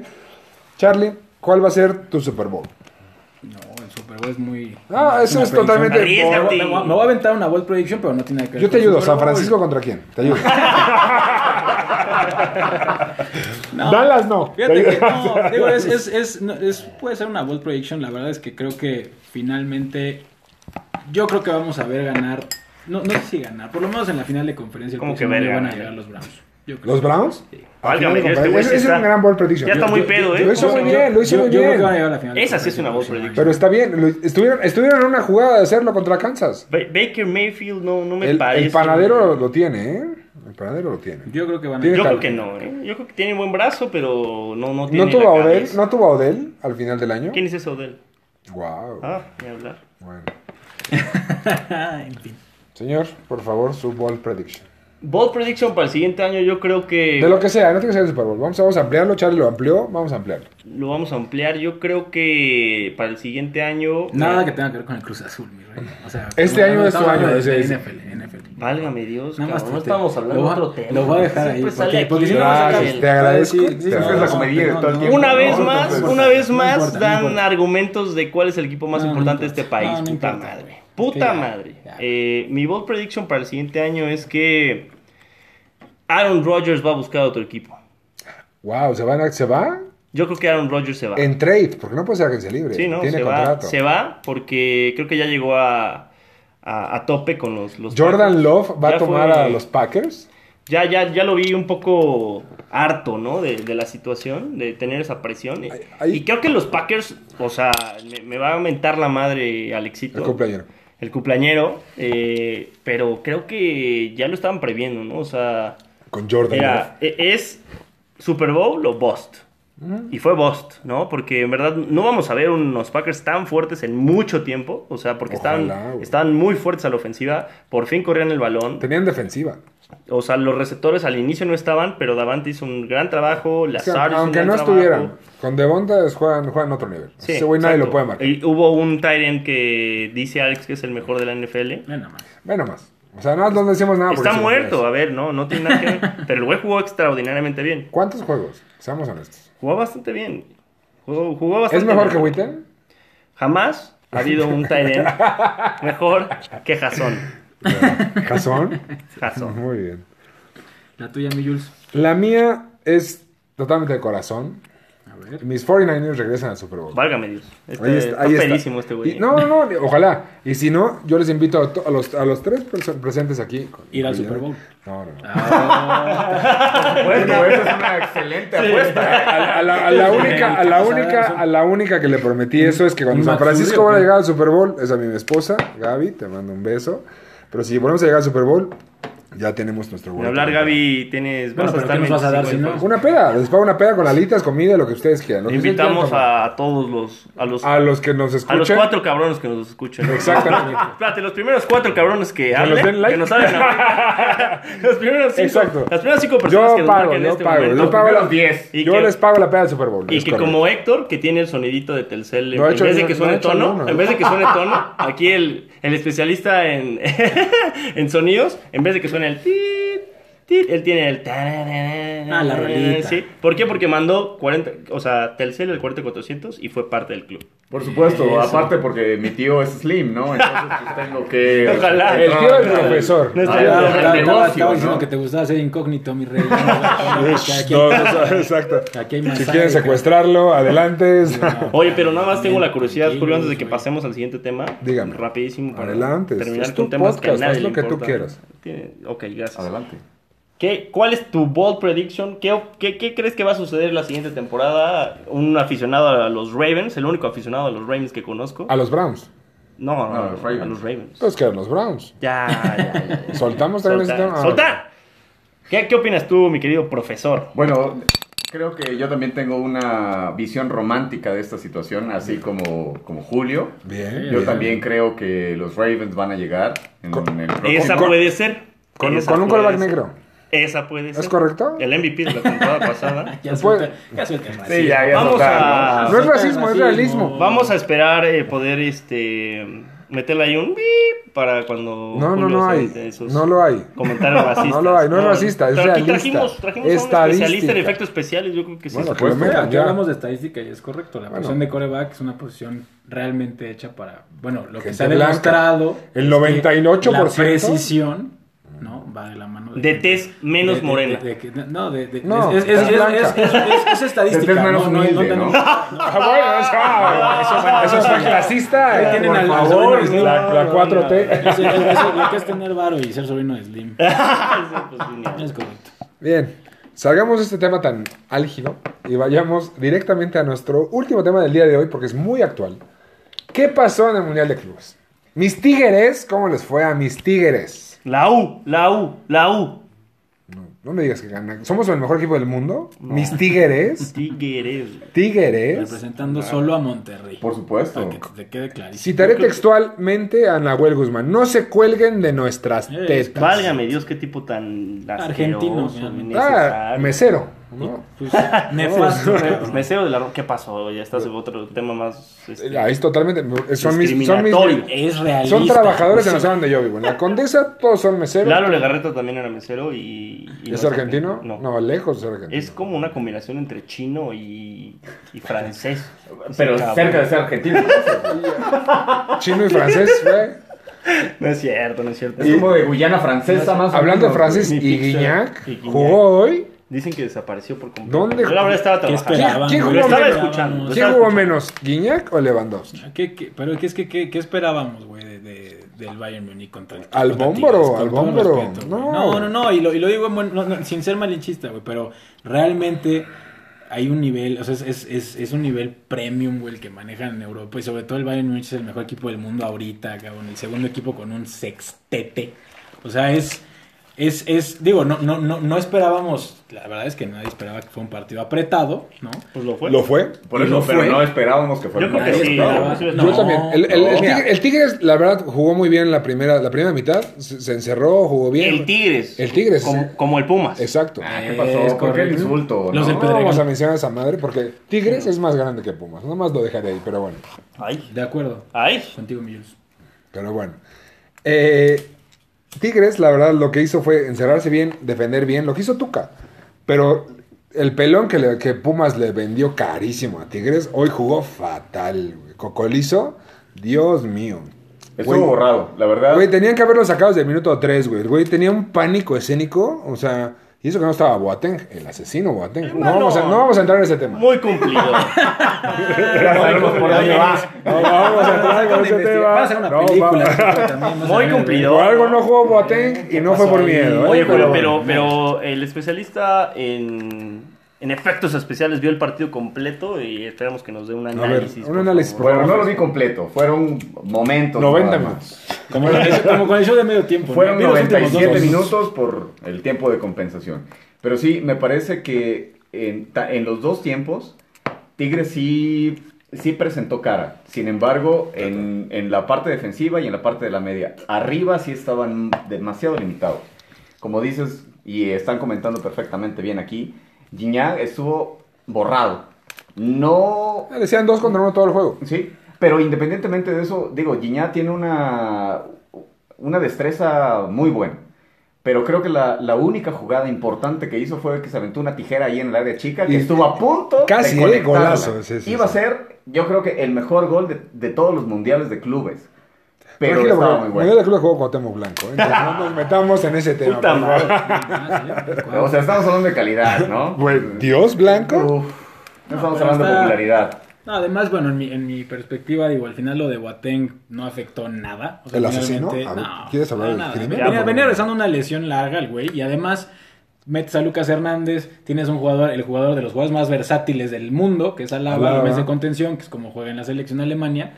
A: Charlie, ¿cuál va a ser tu Super Bowl?
C: No, el Super Bowl es muy.
A: Ah,
C: es
A: eso
C: una
A: es
C: predicción.
A: totalmente-
B: Arriésgate.
C: Me voy, me voy a aventar una World Prediction, pero no tiene nada que ver
A: Yo te
C: con el
A: ayudo,
C: Super
A: San
C: Bowl.
A: Francisco contra quién? Te ayudo.
C: No.
A: Dallas no.
C: Fíjate que
A: (laughs)
C: no, digo, es, es- es- no, es- puede ser una bold prediction, la verdad es que creo que finalmente yo creo que vamos a ver ganar, no, no sé si ganar, por lo menos en la final de conferencia el
B: ¿Cómo
C: próximo
B: que ver
C: año van a
B: ganar?
C: llegar los Browns. Yo creo.
A: ¿Los Browns? Al final,
B: Válgame, este güey
A: compadre,
B: sí
A: ese es
B: está-
A: un gran ball prediction.
B: Ya está
A: Yo-
B: muy
A: yo-
B: pedo, ¿eh?
A: yo- eso muy bien, lo hizo
C: Yo-
A: muy
C: yo creo que van a
A: bien.
C: llegar a la final. de
B: Esa sí es
C: conferencia
B: una
C: el
B: bold
C: próximo año.
B: prediction.
A: Pero está bien, lo- estuvieron, estuvieron en una jugada de hacerlo contra Kansas.
B: Ba- Baker Mayfield no, no me
A: El,
B: parece.
A: el panadero lo tiene, ¿eh? El panadero lo tiene.
C: Yo creo que van a
A: Tiene
B: Yo
C: llegar.
B: creo que no, ¿eh? Yo creo que tiene buen brazo, pero no, no tiene.
A: ¿No tuvo,
B: la
A: a Odell,
B: cabeza.
A: ¿No tuvo a Odell al final del año?
B: ¿Quién es eso de él?
A: Wow.
B: Ah, ni hablar.
A: Bueno.
C: (laughs) Ah, en fin.
A: Señor, por favor, su ball prediction.
B: Bold prediction para el siguiente año, yo creo que
A: De lo que sea, no tiene que ser el Super Bowl. Vamos, vamos a ampliarlo, Charlie lo amplió, vamos a ampliarlo.
B: lo vamos a ampliar. Yo creo que para el siguiente año. eh,
C: Nada
B: Mira,
C: que tenga que ver con el Cruz Azul, mi rey. O sea,
A: Este
C: no,
A: año
C: no,
A: es tu
C: estamos
A: año,
C: hablando de
A: ese es-
C: NFL, NFL.
B: Válgame Dios,
C: Nada
B: Pues,
C: más
B: cabrón, no
C: te-
B: estamos hablando
C: lo
B: de
C: va-
B: otro tema.
C: lo voy a dejar ahí,
B: Siempre
C: porque-
B: sale
C: porque
B: aquí.
C: si no vas a este acabar
A: Gracias, te agradezco.
C: Sí, sí,
A: Te
C: no,
D: Es la
A: agradezco.
D: comedia de todo el tiempo.
B: Una
D: No,
B: vez
D: no,
B: más,
D: no, no,
B: una
D: no,
B: vez
C: no
B: más
C: importa, no
B: dan
C: importa.
B: argumentos de cuál es el equipo más
C: No, no
B: importante de este
C: importa.
B: país.
C: No, no
B: Puta
C: importa.
B: madre. Puta
C: ya,
B: madre.
C: ya.
B: Eh, mi bold prediction para el siguiente año es que Aaron Rodgers va a buscar otro equipo.
A: Wow, ¿se, van a- ¿se va?
B: Yo creo que Aaron Rodgers se va.
A: En trade, porque no puede ser agencia libre.
B: Sí, no,
A: tiene
B: se va,
A: contrato.
B: se va porque creo que ya llegó a, a, a tope con los, los
A: Jordan
B: Packers.
A: Love va
B: Ya
A: a tomar
B: fue-
A: a los Packers.
B: Ya, ya, ya lo vi un poco harto, ¿no? De, de la situación, de tener esa presión.
A: ahí-
B: Y creo que los Packers, o sea, me, me va a aumentar la madre Alexito.
A: El cumpleañero.
B: El cumpleañero, eh, pero creo que ya lo estaban previendo, ¿no? O sea,
A: Con Jordan
B: era, e- es Super Bowl o Bust.
A: Mm.
B: Y fue Bust, ¿no? Porque en verdad no vamos a ver unos Packers tan fuertes en mucho tiempo. O sea, porque estaban,
A: Ojalá, güey.
B: estaban muy fuertes a la ofensiva. Por fin corrían el balón.
A: Love. Tenían defensiva.
B: O sea, los receptores al inicio no estaban, pero Davante hizo un gran trabajo,
A: O sea,
B: Lazar hizo un
A: aunque
B: gran
A: no
B: trabajo.
A: estuvieran, con Devonta es- juegan, juegan otro nivel.
B: Sí,
A: Ese güey nadie
B: exacto.
A: lo puede marcar.
B: Y hubo un Tyrant que dice Alex que es el mejor de la NFL.
A: Ah,
C: Ve nada más.
A: Ve nomás. O sea, no, no decimos nada. porque
B: Está
A: se lo
B: muerto,
A: merece.
B: a ver, no, no tiene nada que ver.
A: (laughs)
B: Pero el güey jugó extraordinariamente bien.
A: ¿Cuántos juegos? Seamos honestos.
B: Jugó bastante bien. Jugó, jugó bastante
A: ¿Es mejor
B: bien.
A: que Witten?
B: Jamás ha habido un Tyrant
A: (laughs)
B: mejor que Jason.
A: ¿Jason?
B: Jason.
A: Muy bien.
C: La tuya, mi Jules.
A: La mía es totalmente de corazón.
C: A (laughs) ver.
A: Mis 49ers regresan al Super Bowl.
B: Válgame Dios. Este,
A: Ahí
B: está,
A: ahí
B: pedísimo este güey.
A: Y- No, no, no, ojalá. Y si no, yo les invito a, to- a los, a los tres perso- presentes aquí.
C: Ir al Super Bowl.
A: No, no, no.
C: Ah,
D: Bueno, esa es una excelente apuesta. ¿eh?
A: A, a la, a la única, a la única, a la única que le prometí eso es que cuando
C: ¿Un
A: San Francisco
C: McFlurry o
A: van a
C: qué?
A: llegar al Super Bowl, es a mi esposa, Gaby, te mando un beso. Pero si volvemos a llegar al Super Bowl, Ya tenemos nuestro
B: Ni
A: boleto.
B: hablar, Gaby, tienes.
C: Bueno, pero ¿qué nos vas a dar si no?
A: Una peda, les pago una peda con alitas, comida, lo que ustedes quieran. lo que ustedes quieran
B: Invitamos
A: tomar.
B: a, todos los. A los,
A: a los que nos
B: a
A: escuchan.
B: los cuatro cabrones que nos escuchan.
A: Exactamente.
B: (laughs) Espérate, los primeros cuatro cabrones que hablen,
A: nos den like.
B: que nos hablen. a-
A: (laughs)
B: (laughs) los primeros cinco,
A: Exacto.
B: las primeras cinco personas
A: Yo
B: que nos
A: pago,
B: marquen en
A: yo
B: este
A: pago,
B: momento.
A: yo pago
D: Los
A: la-
D: diez.
B: Y
A: yo
B: que-
A: les pago la peda del Super Bowl.
B: Y
A: es
B: que
A: correcto.
B: como Héctor, que tiene el sonidito de Telcel,
A: No ha
B: en
A: hecho
B: vez de
A: ni-
B: que
A: no
B: suene
A: ha hecho ¿eh?
B: tono,
A: ninguno.
B: en vez de que suene
A: (laughs)
B: tono, aquí el, el especialista en, (laughs) en sonidos, en vez de que suene el tit, tit, él tiene el tararara,
C: Ah, la rolita.
B: Sí. ¿Por qué? Porque mandó 40, o sea, Telcel el 40400 y fue parte del club.
D: Por supuesto,
C: Eso.
D: aparte porque mi tío es slim, ¿no? Entonces pues, tengo
C: (laughs)
D: que...
B: Ojalá.
A: El tío del
D: Ah,
A: profesor.
B: No está
D: Ah,
B: bien.
D: claro,
C: Estaba-
D: el
C: Estaba
D: negocio,
C: estaba diciendo
D: ¿no?
C: que te gustaba ser incógnito, mi rey. Aquí
A: No,
C: hay-
A: no, exacto.
C: aquí hay
A: Si
C: masaje,
A: quieren secuestrarlo,
B: (laughs)
A: adelante.
B: Oye, pero nada más tengo la curiosidad,
C: Tranquilos,
B: Julio, antes de que
C: güey.
B: pasemos al siguiente tema.
A: Dígame.
B: Rapidísimo. para
A: Adelante,
B: Terminar
A: es tu
B: con temas que a
A: podcast,
B: nadie
A: haz lo
B: le
A: que tú
B: importan.
A: quieras.
B: Tiene- Ok, gracias.
D: Adelante.
B: ¿Qué, ¿Cuál es tu bold prediction? ¿Qué, qué, qué crees que va a suceder la siguiente temporada? Un aficionado a los Ravens, el único aficionado a los Ravens que conozco.
A: A los Browns.
B: No, no,
D: No,
B: a los
D: a los
B: Ravens.
D: Ravens.
B: A los Ravens.
A: Pues quedan los Browns.
B: Ya, ya, ya, ya.
A: Soltamos también
B: Soltar,
A: ese tema. Ah,
B: soltar. ¿Qué, ¿Qué opinas tú, mi querido profesor?
D: Bueno, creo que yo también tengo una visión romántica de esta situación, así como, como Julio.
A: Bien.
D: Yo
A: bien.
D: también creo que los Ravens van a llegar en
A: Con-
D: el
B: Esa
D: próximo-
B: puede ser.
A: Con,
B: Esa
A: con un
B: puede
A: quarterback
B: ser.
A: negro.
B: Esa puede ser.
A: correcto?
B: El MVP de la temporada
A: (laughs)
B: pasada.
C: Ya
A: Puede-
C: suelta, ya suelta el
D: Sí,
C: racismo.
D: ya, ya
B: Vamos
D: soltaron,
B: a-
A: No es racismo, es realismo.
B: Vamos a esperar eh, poder este meterle ahí un bip para cuando
A: No, no,
B: Julio
A: no
B: se-
A: hay.
B: de sus
A: No lo hay.
B: comentarios racistas.
A: No lo hay, no es racista, es
B: Pero aquí
A: realista.
B: trajimos, trajimos a un
A: Estadística.
B: especialista en efectos especiales, yo creo que (laughs) sí.
A: Bueno,
B: se
A: que lo
D: supuesto.
A: metan
C: Pues Aquí
A: ya.
C: hablamos de estadística y es correcto. La
A: Bueno.
C: posición de coreback es una posición realmente hecha para, bueno, lo que
A: Gente
C: se ha
A: blanca.
C: demostrado.
A: El
C: es que
A: 98%.
C: La precisión, ¿no? Va de la mano.
B: De
C: gente-
B: tez menos
C: de- de-
B: morena.
C: de- de que- no, de, de-
A: No,
C: es, es-
A: tez
C: es-
A: blanca.
C: es- es- es- es estadística.
D: De tez menos
C: no, no, no,
D: humilde, ¿no?
A: Ah, bueno, eso, ah, eso fue clasista.
C: Ahí
A: eh,
C: tienen
A: por
C: al- al
A: favor,
C: sobrino de
A: la,
C: Slim.
A: la
C: No,
A: 4T.
C: Eso- eso- eso- Lo que es tener varo y ser sobrino de Slim.
B: ¿Eh? pues, sí, ni-
C: Es correcto.
A: Bien, salgamos de este tema tan álgido y vayamos directamente a nuestro último tema del día de hoy porque es muy actual. ¿Qué pasó en el Mundial de Clubes? Mis Tigres, ¿cómo les fue a mis Tigres?
B: La U, la U, la U.
A: No me digas que ganan. ¿Somos el mejor equipo del mundo? ¿Mis (laughs) Tigres?
B: Tigres. güey.
A: ¿Tigres?
C: Representando solo a Monterrey.
D: Por supuesto.
C: Para que te quede clarísimo.
A: Citaré textualmente a Nahuel Guzmán. No se cuelguen de nuestras
C: Eh,
A: tetas.
B: Válgame Dios, qué tipo tan
C: Argentino,
B: asqueroso,
C: realmente.
A: Ah,
B: innecesario.
A: mesero. (laughs) ¿no?
C: Pues, nefasto.
B: Pues, Mesero de la Ro- ¿Qué pasó? Ya estás en otro tema más. este,
A: Ahí Ah, es totalmente. Son mis. Son, mis-
B: Discriminatorio.
C: Es realista.
A: son trabajadores en
C: Sí.
A: la zona donde yo vivo. En la condesa todos son meseros.
B: Lalo Legarreta también era mesero y. y no
A: ¿Es argentino?
B: argentino.
A: No. lejos es argentino.
B: Es como una combinación entre chino y, y francés.
D: Pero
B: Cabrón.
D: cerca de ser argentino.
B: (laughs)
A: Chino y francés, güey.
B: No es cierto, no es cierto.
D: Es como de Guyana francesa más o
A: Hablando de
D: menos.
A: francés,
B: mi
A: y
B: pizza,
A: Guiñac
B: y Guiñac.
A: jugó hoy.
B: Dicen que desapareció por completo.
A: ¿Dónde?
B: Yo la verdad estaba
C: ¿Qué
B: trabajando.
C: esperaban?
A: ¿Quién- quién
C: güey?
A: jugó
C: ¿Qué
A: menos?
C: esperábamos?
B: Lo
A: ¿Quién
B: estaba
A: jugó
B: escuchando.
A: menos, Guiñac o Lewandowski?
C: ¿Qué- qué- pero es que, ¿qué, qué esperábamos, güey, de, de- del Bayern Munich contra el
A: Al
C: contra
A: bómboro,
C: Tigres? Con
A: al
C: todo
A: bómboro.
C: respeto, güey.
A: No.
C: no, no, no, y lo, y lo digo en buen- no, no, sin ser malinchista, güey, pero realmente hay un nivel, o sea, es, es, es, es un nivel premium, güey, el que manejan en Europa, y sobre todo el Bayern Munich es el mejor equipo del mundo ahorita, cabrón, el segundo equipo con un sextete, o sea, es... Es, es, digo, no, no, no, no esperábamos, la verdad es que nadie esperaba que fue un partido apretado, ¿no?
B: Pues lo fue.
A: ¿Lo fue?
D: Por
C: Y
D: eso,
C: lo
D: pero
C: fue.
D: no esperábamos que fuera
B: Yo creo que
D: francés,
B: sí,
D: ¿no?
B: la verdad. No.
A: Yo también. El, el- el
D: No.
A: Tigre- el Tigres, la verdad, jugó muy bien la primera, la primera mitad. Se, se encerró, jugó bien.
B: El Tigres.
A: El Tigres.
B: Como, como el Pumas.
A: Exacto.
D: Ah, ¿Qué pasó?
C: Es
D: ¿Por qué el
C: correcto.
D: insulto?
C: Los
D: no?
C: del
A: No
C: Pedregal.
A: vamos a mencionar a esa madre porque Tigres es más grande que Pumas. Nada más lo dejaré ahí, pero bueno.
B: Ay.
C: De acuerdo.
B: Ay.
C: Contigo, mi Jules.
A: Pero bueno. Eh, Tigres, la verdad, lo que hizo fue encerrarse bien, defender bien, lo que hizo Tuca. Pero el pelón que, le- que Pumas le vendió carísimo a Tigres, hoy jugó fatal. güey. Cocolizo, Dios mío.
D: Estuvo
A: Güey,
D: borrado, la verdad.
A: Güey, tenían que haberlo sacado desde el minuto 3, güey. El güey tenía un pánico escénico, o sea... Y eso que no estaba Boateng, el asesino
D: Eh,
A: Boateng. No
B: Hermano.
A: vamos, a, no vamos a entrar en ese tema.
B: Muy (laughs) cumplido.
D: Ya sabemos por dónde va.
A: No vamos a entrar en ese tema.
C: Van a hacer una
A: No,
C: película.
A: va-
C: chico, también, no sé,
B: Muy
C: de-
B: cumplido.
A: Por algo no jugó Boateng y no fue
C: pasó
A: por
C: ahí?
A: miedo. ¿eh?
B: Oye, Julio,
A: bueno.
B: pero, pero el especialista en, en efectos especiales vio el partido completo y esperamos que nos dé un
A: ver,
B: análisis.
A: un
B: por
A: análisis,
B: favor.
A: por
D: Bueno, no lo vi completo. Fueron momentos.
A: 90
D: nada más.
A: minutos.
C: Como, con el- como con el show de medio tiempo.
D: Fueron
C: Vi los últimos dos
D: 97
C: minutos.
D: minutos por el tiempo de compensación. Pero sí, me parece que en, ta- en los dos tiempos, Tigres sí, sí presentó cara. Sin embargo, en, en la parte defensiva y en la parte de la media, arriba sí estaban demasiado limitados. Como dices, y están comentando perfectamente bien aquí, Gignac estuvo borrado. No
A: Decían dos contra uno todo el juego.
D: Sí, pero independientemente de eso, digo, Gignac tiene una, una destreza muy buena. Pero creo que la, la única jugada importante que hizo fue que se aventó una tijera ahí en el área chica, que
A: Y-
D: estuvo a punto
A: Casi,
D: de
A: ¿eh?
D: conectarla.
A: Golazo, sí, sí,
D: Iba
A: sí.
D: a ser, yo creo que el mejor gol de, de todos los mundiales de clubes. Pero
A: Tranquilo,
D: estaba
A: bro.
D: muy
A: Mañana
D: bueno.
A: el club jugó Cuauhtémoc Blanco. ¿eh? Entonces, no nos metamos en ese tema.
B: Puta
A: por favor.
B: madre.
C: Ah, sí,
D: O sea, estamos hablando de calidad, ¿no?
A: (laughs) Güey, Dios Blanco.
D: Uf, no estamos
C: pero
D: hablando de
C: está-
D: popularidad.
C: No, además, bueno, en mi, en mi perspectiva, digo, al final lo de Boateng no afectó nada. O
A: ¿El asesino?
C: finalmente-
A: A ver,
C: no,
A: ¿quieres hablar
C: no,
A: del
C: nada.
A: crimen?
C: Venía,
B: Veamos.
C: venía regresando una lesión larga el güey y además metes a Lucas Hernández, tienes un jugador, el jugador de los jugadores más versátiles del mundo, que es Alaba,
A: Alaba.
C: lo ves de contención, que es como juega en la selección de Alemania.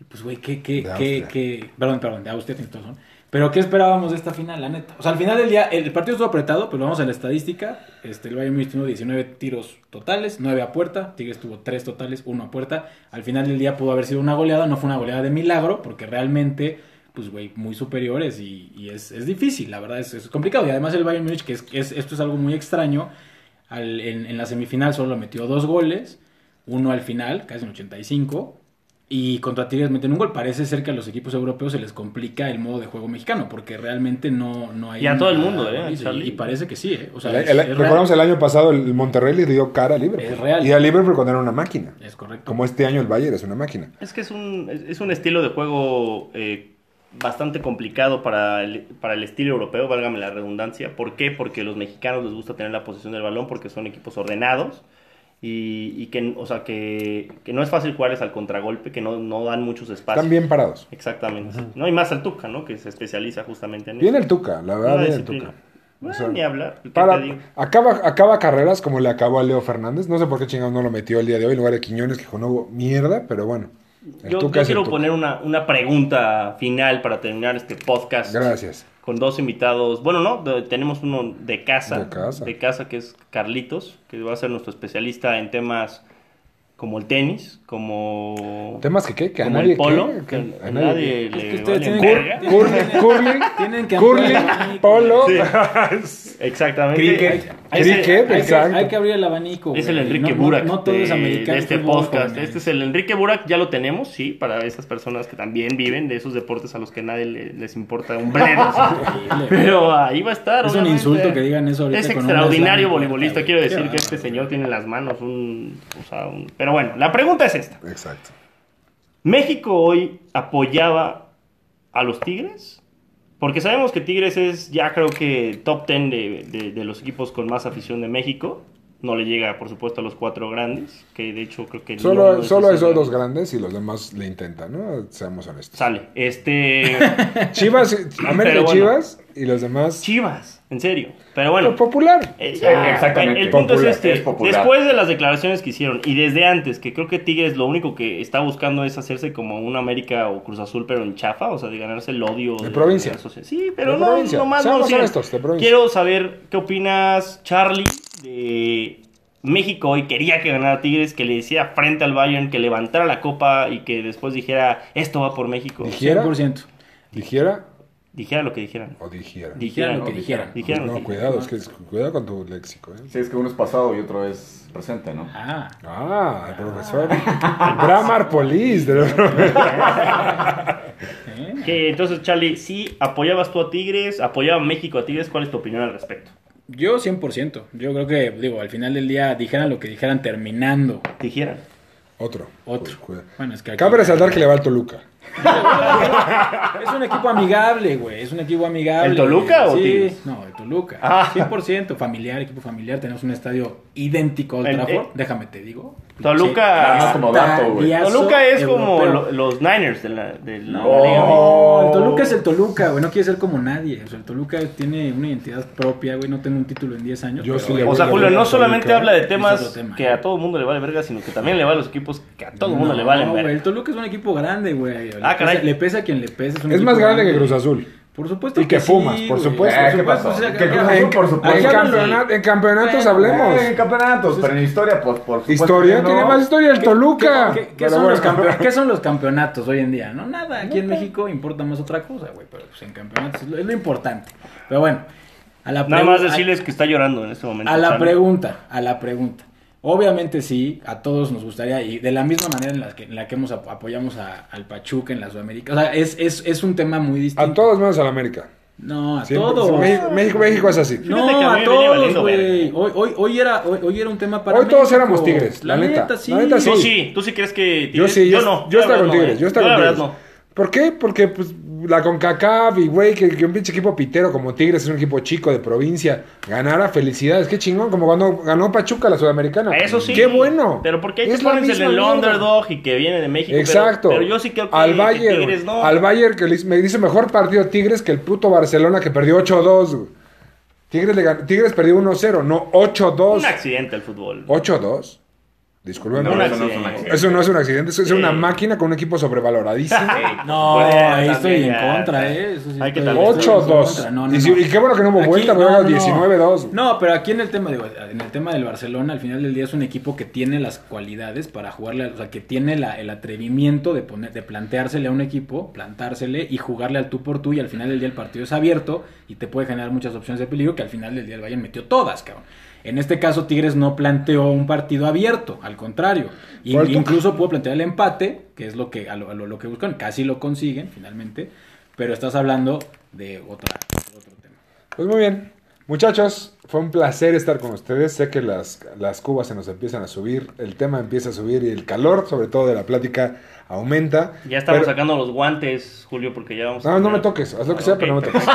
C: Y pues, güey, qué, qué,
A: De
C: qué,
A: Austria.
C: qué- perdón, perdón, de Austria tienes razón. Pero qué esperábamos de esta final, la neta. O sea, al final del día, el partido estuvo apretado, pero vamos a la estadística. Este, el Bayern Múnich tuvo 19 tiros totales, 9 a puerta. Tigres tuvo 3 totales, 1 a puerta. Al final del día pudo haber sido una goleada, no fue una goleada de milagro, porque realmente, pues, güey, muy superiores y, y es, es difícil, la verdad, es, es complicado. Y además el Bayern Múnich, que es, que es- esto es algo muy extraño, al- en, en la semifinal solo metió dos goles, uno al final, casi en 85, y contra Tigres meten un gol. Parece ser que a los equipos europeos se les complica el modo de juego mexicano, porque realmente no, no hay...
B: Y a todo el
C: nada,
B: mundo, ¿eh?
C: dice,
B: Charlie.
C: Y, y parece que sí, ¿eh? O sea,
A: El-
C: es,
A: el-
C: es real.
A: recordamos el año pasado, el Monterrey le dio cara a Liverpool.
C: Es real.
A: Y a Liverpool cuando era una máquina.
C: Es correcto.
A: Como este año el Bayern es una máquina.
B: Es que es un, es- es un estilo de juego eh, bastante complicado para el, para el estilo europeo, válgame la redundancia. ¿Por qué? Porque los mexicanos les gusta tener la posición del balón porque son equipos ordenados y, y que, o sea, que, que no es fácil jugarles al contragolpe, que no, no dan muchos espacios.
A: Están bien parados.
B: Exactamente. No, y más al Tuca, ¿no? Que se especializa justamente en
A: Bien
B: eso.
A: el Tuca, la
B: Una
A: verdad, bien el
B: disciplina.
A: Tuca.
B: Bueno,
A: O sea,
B: ni hablar. ¿Qué
A: Para-
B: te digo?
A: acaba, acaba carreras como le acabó a Leo Fernández. No sé por qué chingados no lo metió el día de hoy en lugar de Quiñones, que no hubo mierda, pero bueno. El
B: Yo,
A: Tuca
B: yo
A: es el
B: quiero
A: Tuca.
B: poner una, una pregunta final para terminar este podcast.
A: Gracias.
B: con dos invitados. Bueno, no, de- tenemos uno de casa,
A: De casa.
B: de casa, que es Carlitos, que va a ser nuestro especialista en temas como el tenis, como,
A: Temas que qué, que a
B: como
A: nadie
B: el polo,
A: qué,
B: que
A: que
B: a
A: a
B: nadie
A: nadie-
B: le
C: Es que ustedes
B: vale
C: tienen
A: Cur-
B: (laughs)
A: curling,
B: verga.
A: curling,
C: (laughs) Tienen que
A: curling,
C: ampliar el abanico.
A: polo, (laughs)
B: Sí. Exactamente.
D: Cricket.
B: Hay- ese-
A: Cricket.
C: Hay que,
A: Exacto.
C: hay que abrir el abanico.
B: Es el
C: güey.
B: Enrique
C: No- no-
B: Burak
C: No, todo
B: de,
C: es americano.
B: de este
C: fútbol,
B: podcast.
C: con-
B: Este es el Enrique Burak, ya lo tenemos, sí, para esas personas que también viven de esos deportes a los que nadie le- les importa un bledo.
A: (laughs)
C: Increíble.
B: Pero ahí va a estar.
C: Es un
B: obviamente.
C: insulto que digan eso ahorita
B: Es
C: con un
B: extraordinario
C: slam en
B: voleibolista.
C: puerta,
B: Quiero
C: güey.
B: decir
C: Qué
B: que este
C: bárbaro.
B: señor tiene en las manos un, o sea, un- Pero bueno, la pregunta es esta.
A: Exacto.
B: ¿México hoy apoyaba a los Tigres? Porque sabemos que Tigres es ya creo que top 10 de, de- de los equipos con más afición de México. No le llega, por supuesto, a los cuatro grandes, que de hecho creo que... ninguno de
A: Solo,
B: esos
A: solo
B: es
A: esos
B: grande.
A: dos grandes y los demás le intentan, ¿no? Seamos honestos.
B: Sale. Este... (laughs)
A: Chivas, eh, América
B: Pero bueno.
A: Chivas y los demás.
B: Chivas, en serio. Pero bueno.
A: Popular.
B: Eh,
D: Sí,
B: ya,
D: exactamente.
B: El punto
A: Popular,
B: es este,
D: es popular.
B: después de las declaraciones que hicieron y desde antes, que creo que Tigres lo único que está buscando es hacerse como un América o Cruz Azul, pero en chafa, o sea, de ganarse el odio.
A: De provincia.
B: la sociedad. sí, pero
A: De
B: no,
A: provincia.
B: no más no
A: Seamos
B: lo siguen.
A: honestos, de provincia.
B: Quiero saber qué opinas, Charlie, de México hoy quería que ganara Tigres, que le hiciera frente al Bayern, que levantara la copa y que después dijera, esto va por México.
A: Dije-
C: 100%.
A: ¿Dijera
B: dijera lo que dijeran.
A: o dijera? Pues
B: Dijeran
C: lo que dijeran.
B: Dijeran lo
A: no,
B: que
A: cuidado, es que es- cuidado con tu léxico, ¿eh?
D: Sí, es que uno es pasado y otro es presente, ¿no?
C: Ah,
A: Ah, el profesor. Grammar Police. de-
C: ¿eh?
B: Que entonces, Charlie, si apoyabas tú a Tigres, apoyaba México a Tigres, ¿cuál es tu opinión al respecto?
C: Yo 100%. Yo creo que, digo, al final del día dijeran lo que dijeran terminando
B: Dijeran.
A: Otro.
C: otro.
A: Cuidado.
C: Bueno, es que aquí-
A: Cabe resaltar que le va al Toluca.
C: Es un equipo amigable, güey. Es un equipo amigable.
B: ¿El Toluca
C: güey.
B: o
C: Sí,
B: Tigres?
C: No, el Toluca.
B: Ah.
C: 100%. Familiar, equipo familiar. Tenemos un estadio idéntico al
B: El-
C: Trafford.
B: eh,
C: Déjame te digo.
B: Toluca-
C: Pinche
B: Nada más
D: como dato, güey.
C: estadiazo
B: Toluca es como
C: europeo.
B: lo- Oh. los Niners de la, de la
C: No,
B: liga.
C: el Toluca es el Toluca, güey. No quiere ser como nadie. O sea, el Toluca tiene una identidad propia, güey. No tengo un título en 10 años.
A: Yo
C: pero,
A: sí
C: güey,
A: le
B: O sea,
A: Toluca,
B: Julio, no
A: Toluca.
B: solamente habla de
C: Es
B: temas
C: otro tema.
B: que a todo mundo le vale verga, sino que también le va a los equipos que a todo mundo
C: no,
B: le valen
C: güey,
B: verga.
C: El Toluca es un equipo grande, güey. Le
B: Ah,
C: pesa-
B: caray.
C: Le pesa a quien le pesa. un
A: Es
C: equipo
A: más grande que Cruz Azul.
C: Por supuesto
A: Y que
C: sí,
A: Pumas, por
C: güey. Ah,
A: supuesto.
D: Eh, ¿qué pasó?
C: o sea,
D: Que Cruz
C: ya-
D: Azul,
A: En,
D: por supuesto.
A: en campeonato- en campeonatos
C: Bueno,
A: hablemos.
D: Eh, en campeonatos, pero en historia, pues por supuesto.
A: Historia,
D: que no.
A: tiene más historia el
C: ¿Qué-
A: Toluca.
C: ¿Qué, qué- qué
A: Pero
C: son
A: bueno.
C: los campe- qué son los campeonatos hoy en día? No, nada. Aquí en México importa más otra cosa, güey. Pero pues en campeonatos es lo, es lo importante. Pero bueno, a la
B: Nada
C: pregu-
B: más
C: a-
B: decirles que está llorando en este momento.
C: A la
B: Charlie.
C: pregunta, a la pregunta. Obviamente sí, a todos nos gustaría, y de la misma manera en la que, en la que hemos ap- apoyamos a- al Pachuca en la Sudamérica. O sea, es, es, es un tema muy distinto.
A: A todos menos a la América.
C: No, a
A: Siempre-
C: todos.
A: México, México, México es así.
C: No,
B: Fíjate que a mí
C: a
B: me viene
C: todos,
B: valiendo
C: güey.
B: verga.
C: Hoy, hoy, hoy, era, hoy, hoy era un tema para
A: Hoy todos
C: México.
A: éramos tigres, la neta,
C: sí.
A: la neta
B: Tú
A: Sí.
B: sí, tú sí crees que.
A: Yo sí, yo,
B: no.
A: yo
B: la
A: estaba
B: verdad
A: con
B: no,
A: Tigres,
B: eh.
A: yo estaba
B: la
A: con
B: verdad
A: Tigres. ¿Por qué? Porque pues, la CONCACAF y güey, que, que un pinche equipo pitero como Tigres es un equipo chico de provincia, ganara felicidades, qué chingón, como cuando ganó Pachuca la Sudamericana.
B: no. Eso sí.
A: Qué bueno.
B: Pero porque hay que
A: Es la
B: ponerse
A: misma
B: en el
A: mierda.
B: underdog y que viene de México. pero-
A: Exacto.
B: Pero, yo sí creo que,
A: al
B: que
A: Bayern,
B: Tigres no.
A: Al Bayern que le hizo- me hizo mejor partido Tigres que el puto Barcelona que perdió 8-2. güey. Tigres, le gan- Tigres perdió 1-0, no
B: Un
A: 8-2.
B: accidente al fútbol.
A: 8-2. Disculpen.
D: No,
B: Un
D: eso no es un
B: accidente.
D: accidente.
A: Eso no es un accidente, eso es
B: Sí.
A: una máquina con un equipo sobrevaloradísimo.
C: No,
B: Bueno,
C: ahí estoy
B: también
C: en
B: ya,
C: contra,
B: ya.
C: ¿eh? Eso sí
B: Hay que
C: estoy-
B: también-
C: estoy en
A: 8-2.
C: contra. No, no,
A: Y si-
C: no.
A: y qué bueno que no hubo vuelta, porque era 19-2.
C: No, pero aquí en el tema, digo, en el tema del Barcelona, al final del día es un equipo que tiene las cualidades para jugarle, al- o sea, que tiene la- el atrevimiento de, poner, de planteársele a un equipo, plantársele y jugarle al tú por tú, y al final del día el partido es abierto y te puede generar muchas opciones de peligro, que al final del día el Bayern metió todas, cabrón. En este caso, Tigres no planteó un partido abierto, al contrario. Y
A: Por el Tuca.
C: incluso pudo plantear el empate, que es lo que, a lo, a lo- lo que buscan, casi lo consiguen finalmente, pero estás hablando de otra, otro tema.
A: Pues muy bien. Muchachos, fue un placer estar con ustedes. Sé que las, las cubas se nos empiezan a subir, el tema empieza a subir y el calor, sobre todo de la plática, aumenta.
B: Ya estamos
A: Pero-
B: sacando los guantes, Julio, porque ya vamos. a
A: No, no
B: tener-
A: me toques, haz lo que sea,
B: Ok,
A: pero no me
B: (laughs)
A: toques.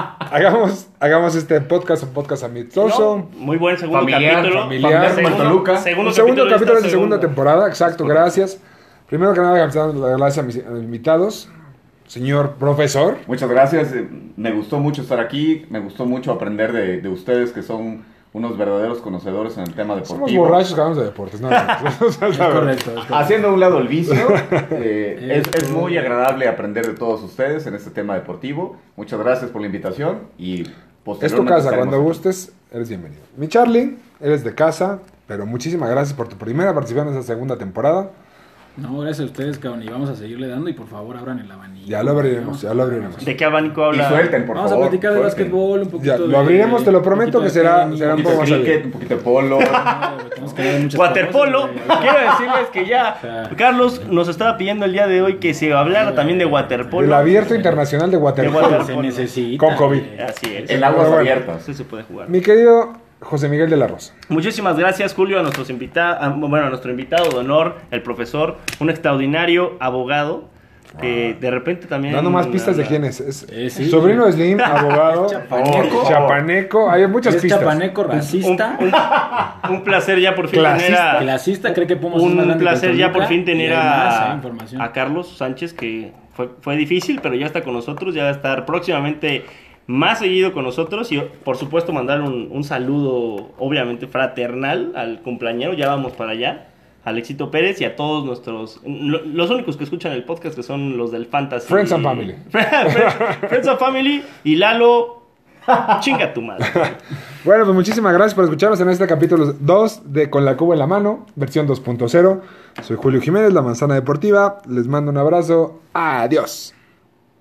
A: hagamos, hagamos este podcast, un podcast
B: No,
A: amistoso.
B: muy buen segundo
D: Familiar,
B: capítulo.
A: familiar.
D: como el
B: Segundo-
D: Toluca.
B: Segundo,
A: Un segundo
B: capítulo,
A: capítulo de
B: esta
A: segunda temporada, exacto, gracias. Primero que nada, gracias a mis a mis invitados. Señor profesor,
D: Muchas gracias. eh, Me gustó mucho estar aquí. Me gustó mucho aprender de, de ustedes que son unos verdaderos conocedores en el tema deportivo. Ah,
A: somos borrachos que hablamos de deportes. No, no, no, o sea,
C: Es
A: la verdad.
C: correcto, es correcto.
D: Haciendo a un lado
A: (laughs)
D: el vicio, eh, es, es muy agradable aprender de todos ustedes en este tema deportivo. Muchas gracias por la invitación y
A: Es tu
D: posteriormente
A: casa,
D: estaremos
A: cuando
D: aquí.
A: gustes, eres bienvenido. Mi Charlie, eres de casa, pero muchísimas gracias por tu primera participación en esta segunda temporada.
C: No, gracias a ustedes, cabrón, y vamos a seguirle dando y por favor abran el abanico.
A: Ya lo abriremos,
C: Vamos
A: ya
C: a-
A: lo abriremos.
B: ¿De qué abanico habla?
D: Y suelten, por
C: Vamos a
D: favor.
C: platicar de
D: suelten.
C: básquetbol, un poquito
A: Ya,
C: de...
A: lo abriremos, te lo
C: un
A: prometo
C: poquito
A: que
C: de
A: será-
C: tenis.
A: será
D: Un
A: un
D: poquito de
A: más abierto.
D: cricket, un poquito
A: (laughs)
D: de
C: No,
D: polo.
C: güey, tenemos que ver muchas
B: Waterpolo.
C: cosas, eh, güey. (laughs)
B: Quiero decirles que ya Carlos nos estaba pidiendo el día de hoy que se hablara también de waterpolo.
A: El abierto internacional de
B: De
A: Waterpolo.
B: water-
C: Se necesita. Eh,
A: Con COVID.
C: güey.
B: Así es.
D: en aguas
A: Bueno, bueno.
D: abiertas.
B: Sí se puede jugar.
A: Mi querido José Miguel de la Rosa.
B: Muchísimas gracias, Julio, a nuestros invita- a- bueno, a nuestro invitado de honor, el profesor, un extraordinario abogado. Que de repente también.
A: Dando más pistas de
B: habla-
A: quién es. Es
C: Eh, sí.
A: sobrino de
C: (laughs)
A: Slim, abogado, Oh,
C: chapaneco.
A: chapaneco. Hay muchas
C: Es
A: pistas.
C: chapaneco
B: Un,
C: racista.
B: un- un placer ya por fin
A: Clasista.
B: tener a.
C: Clasista, cree que Pumas es más
B: Un
C: grande que
B: placer ya por
C: Toluca,
B: fin tener
C: y hay más,
B: a,
C: ¿eh? información.
B: a Carlos Sánchez, que fue, fue difícil, pero ya está con nosotros, ya va a estar próximamente más seguido con nosotros y por supuesto mandar un, un saludo obviamente fraternal al cumpleañero, ya vamos para allá, a Alexito Pérez y a todos nuestros, lo- los únicos que escuchan el podcast que son los del Fantasy.
A: Friends and Family.
B: (laughs) Friends and Family
A: (laughs)
B: y Lalo, chinga tu madre.
A: Bueno, pues muchísimas gracias por escucharnos en este capítulo 2 de Con la Cuba en la Mano, versión 2.0. Soy Julio Jiménez, La Manzana Deportiva. Les mando un abrazo. Adiós.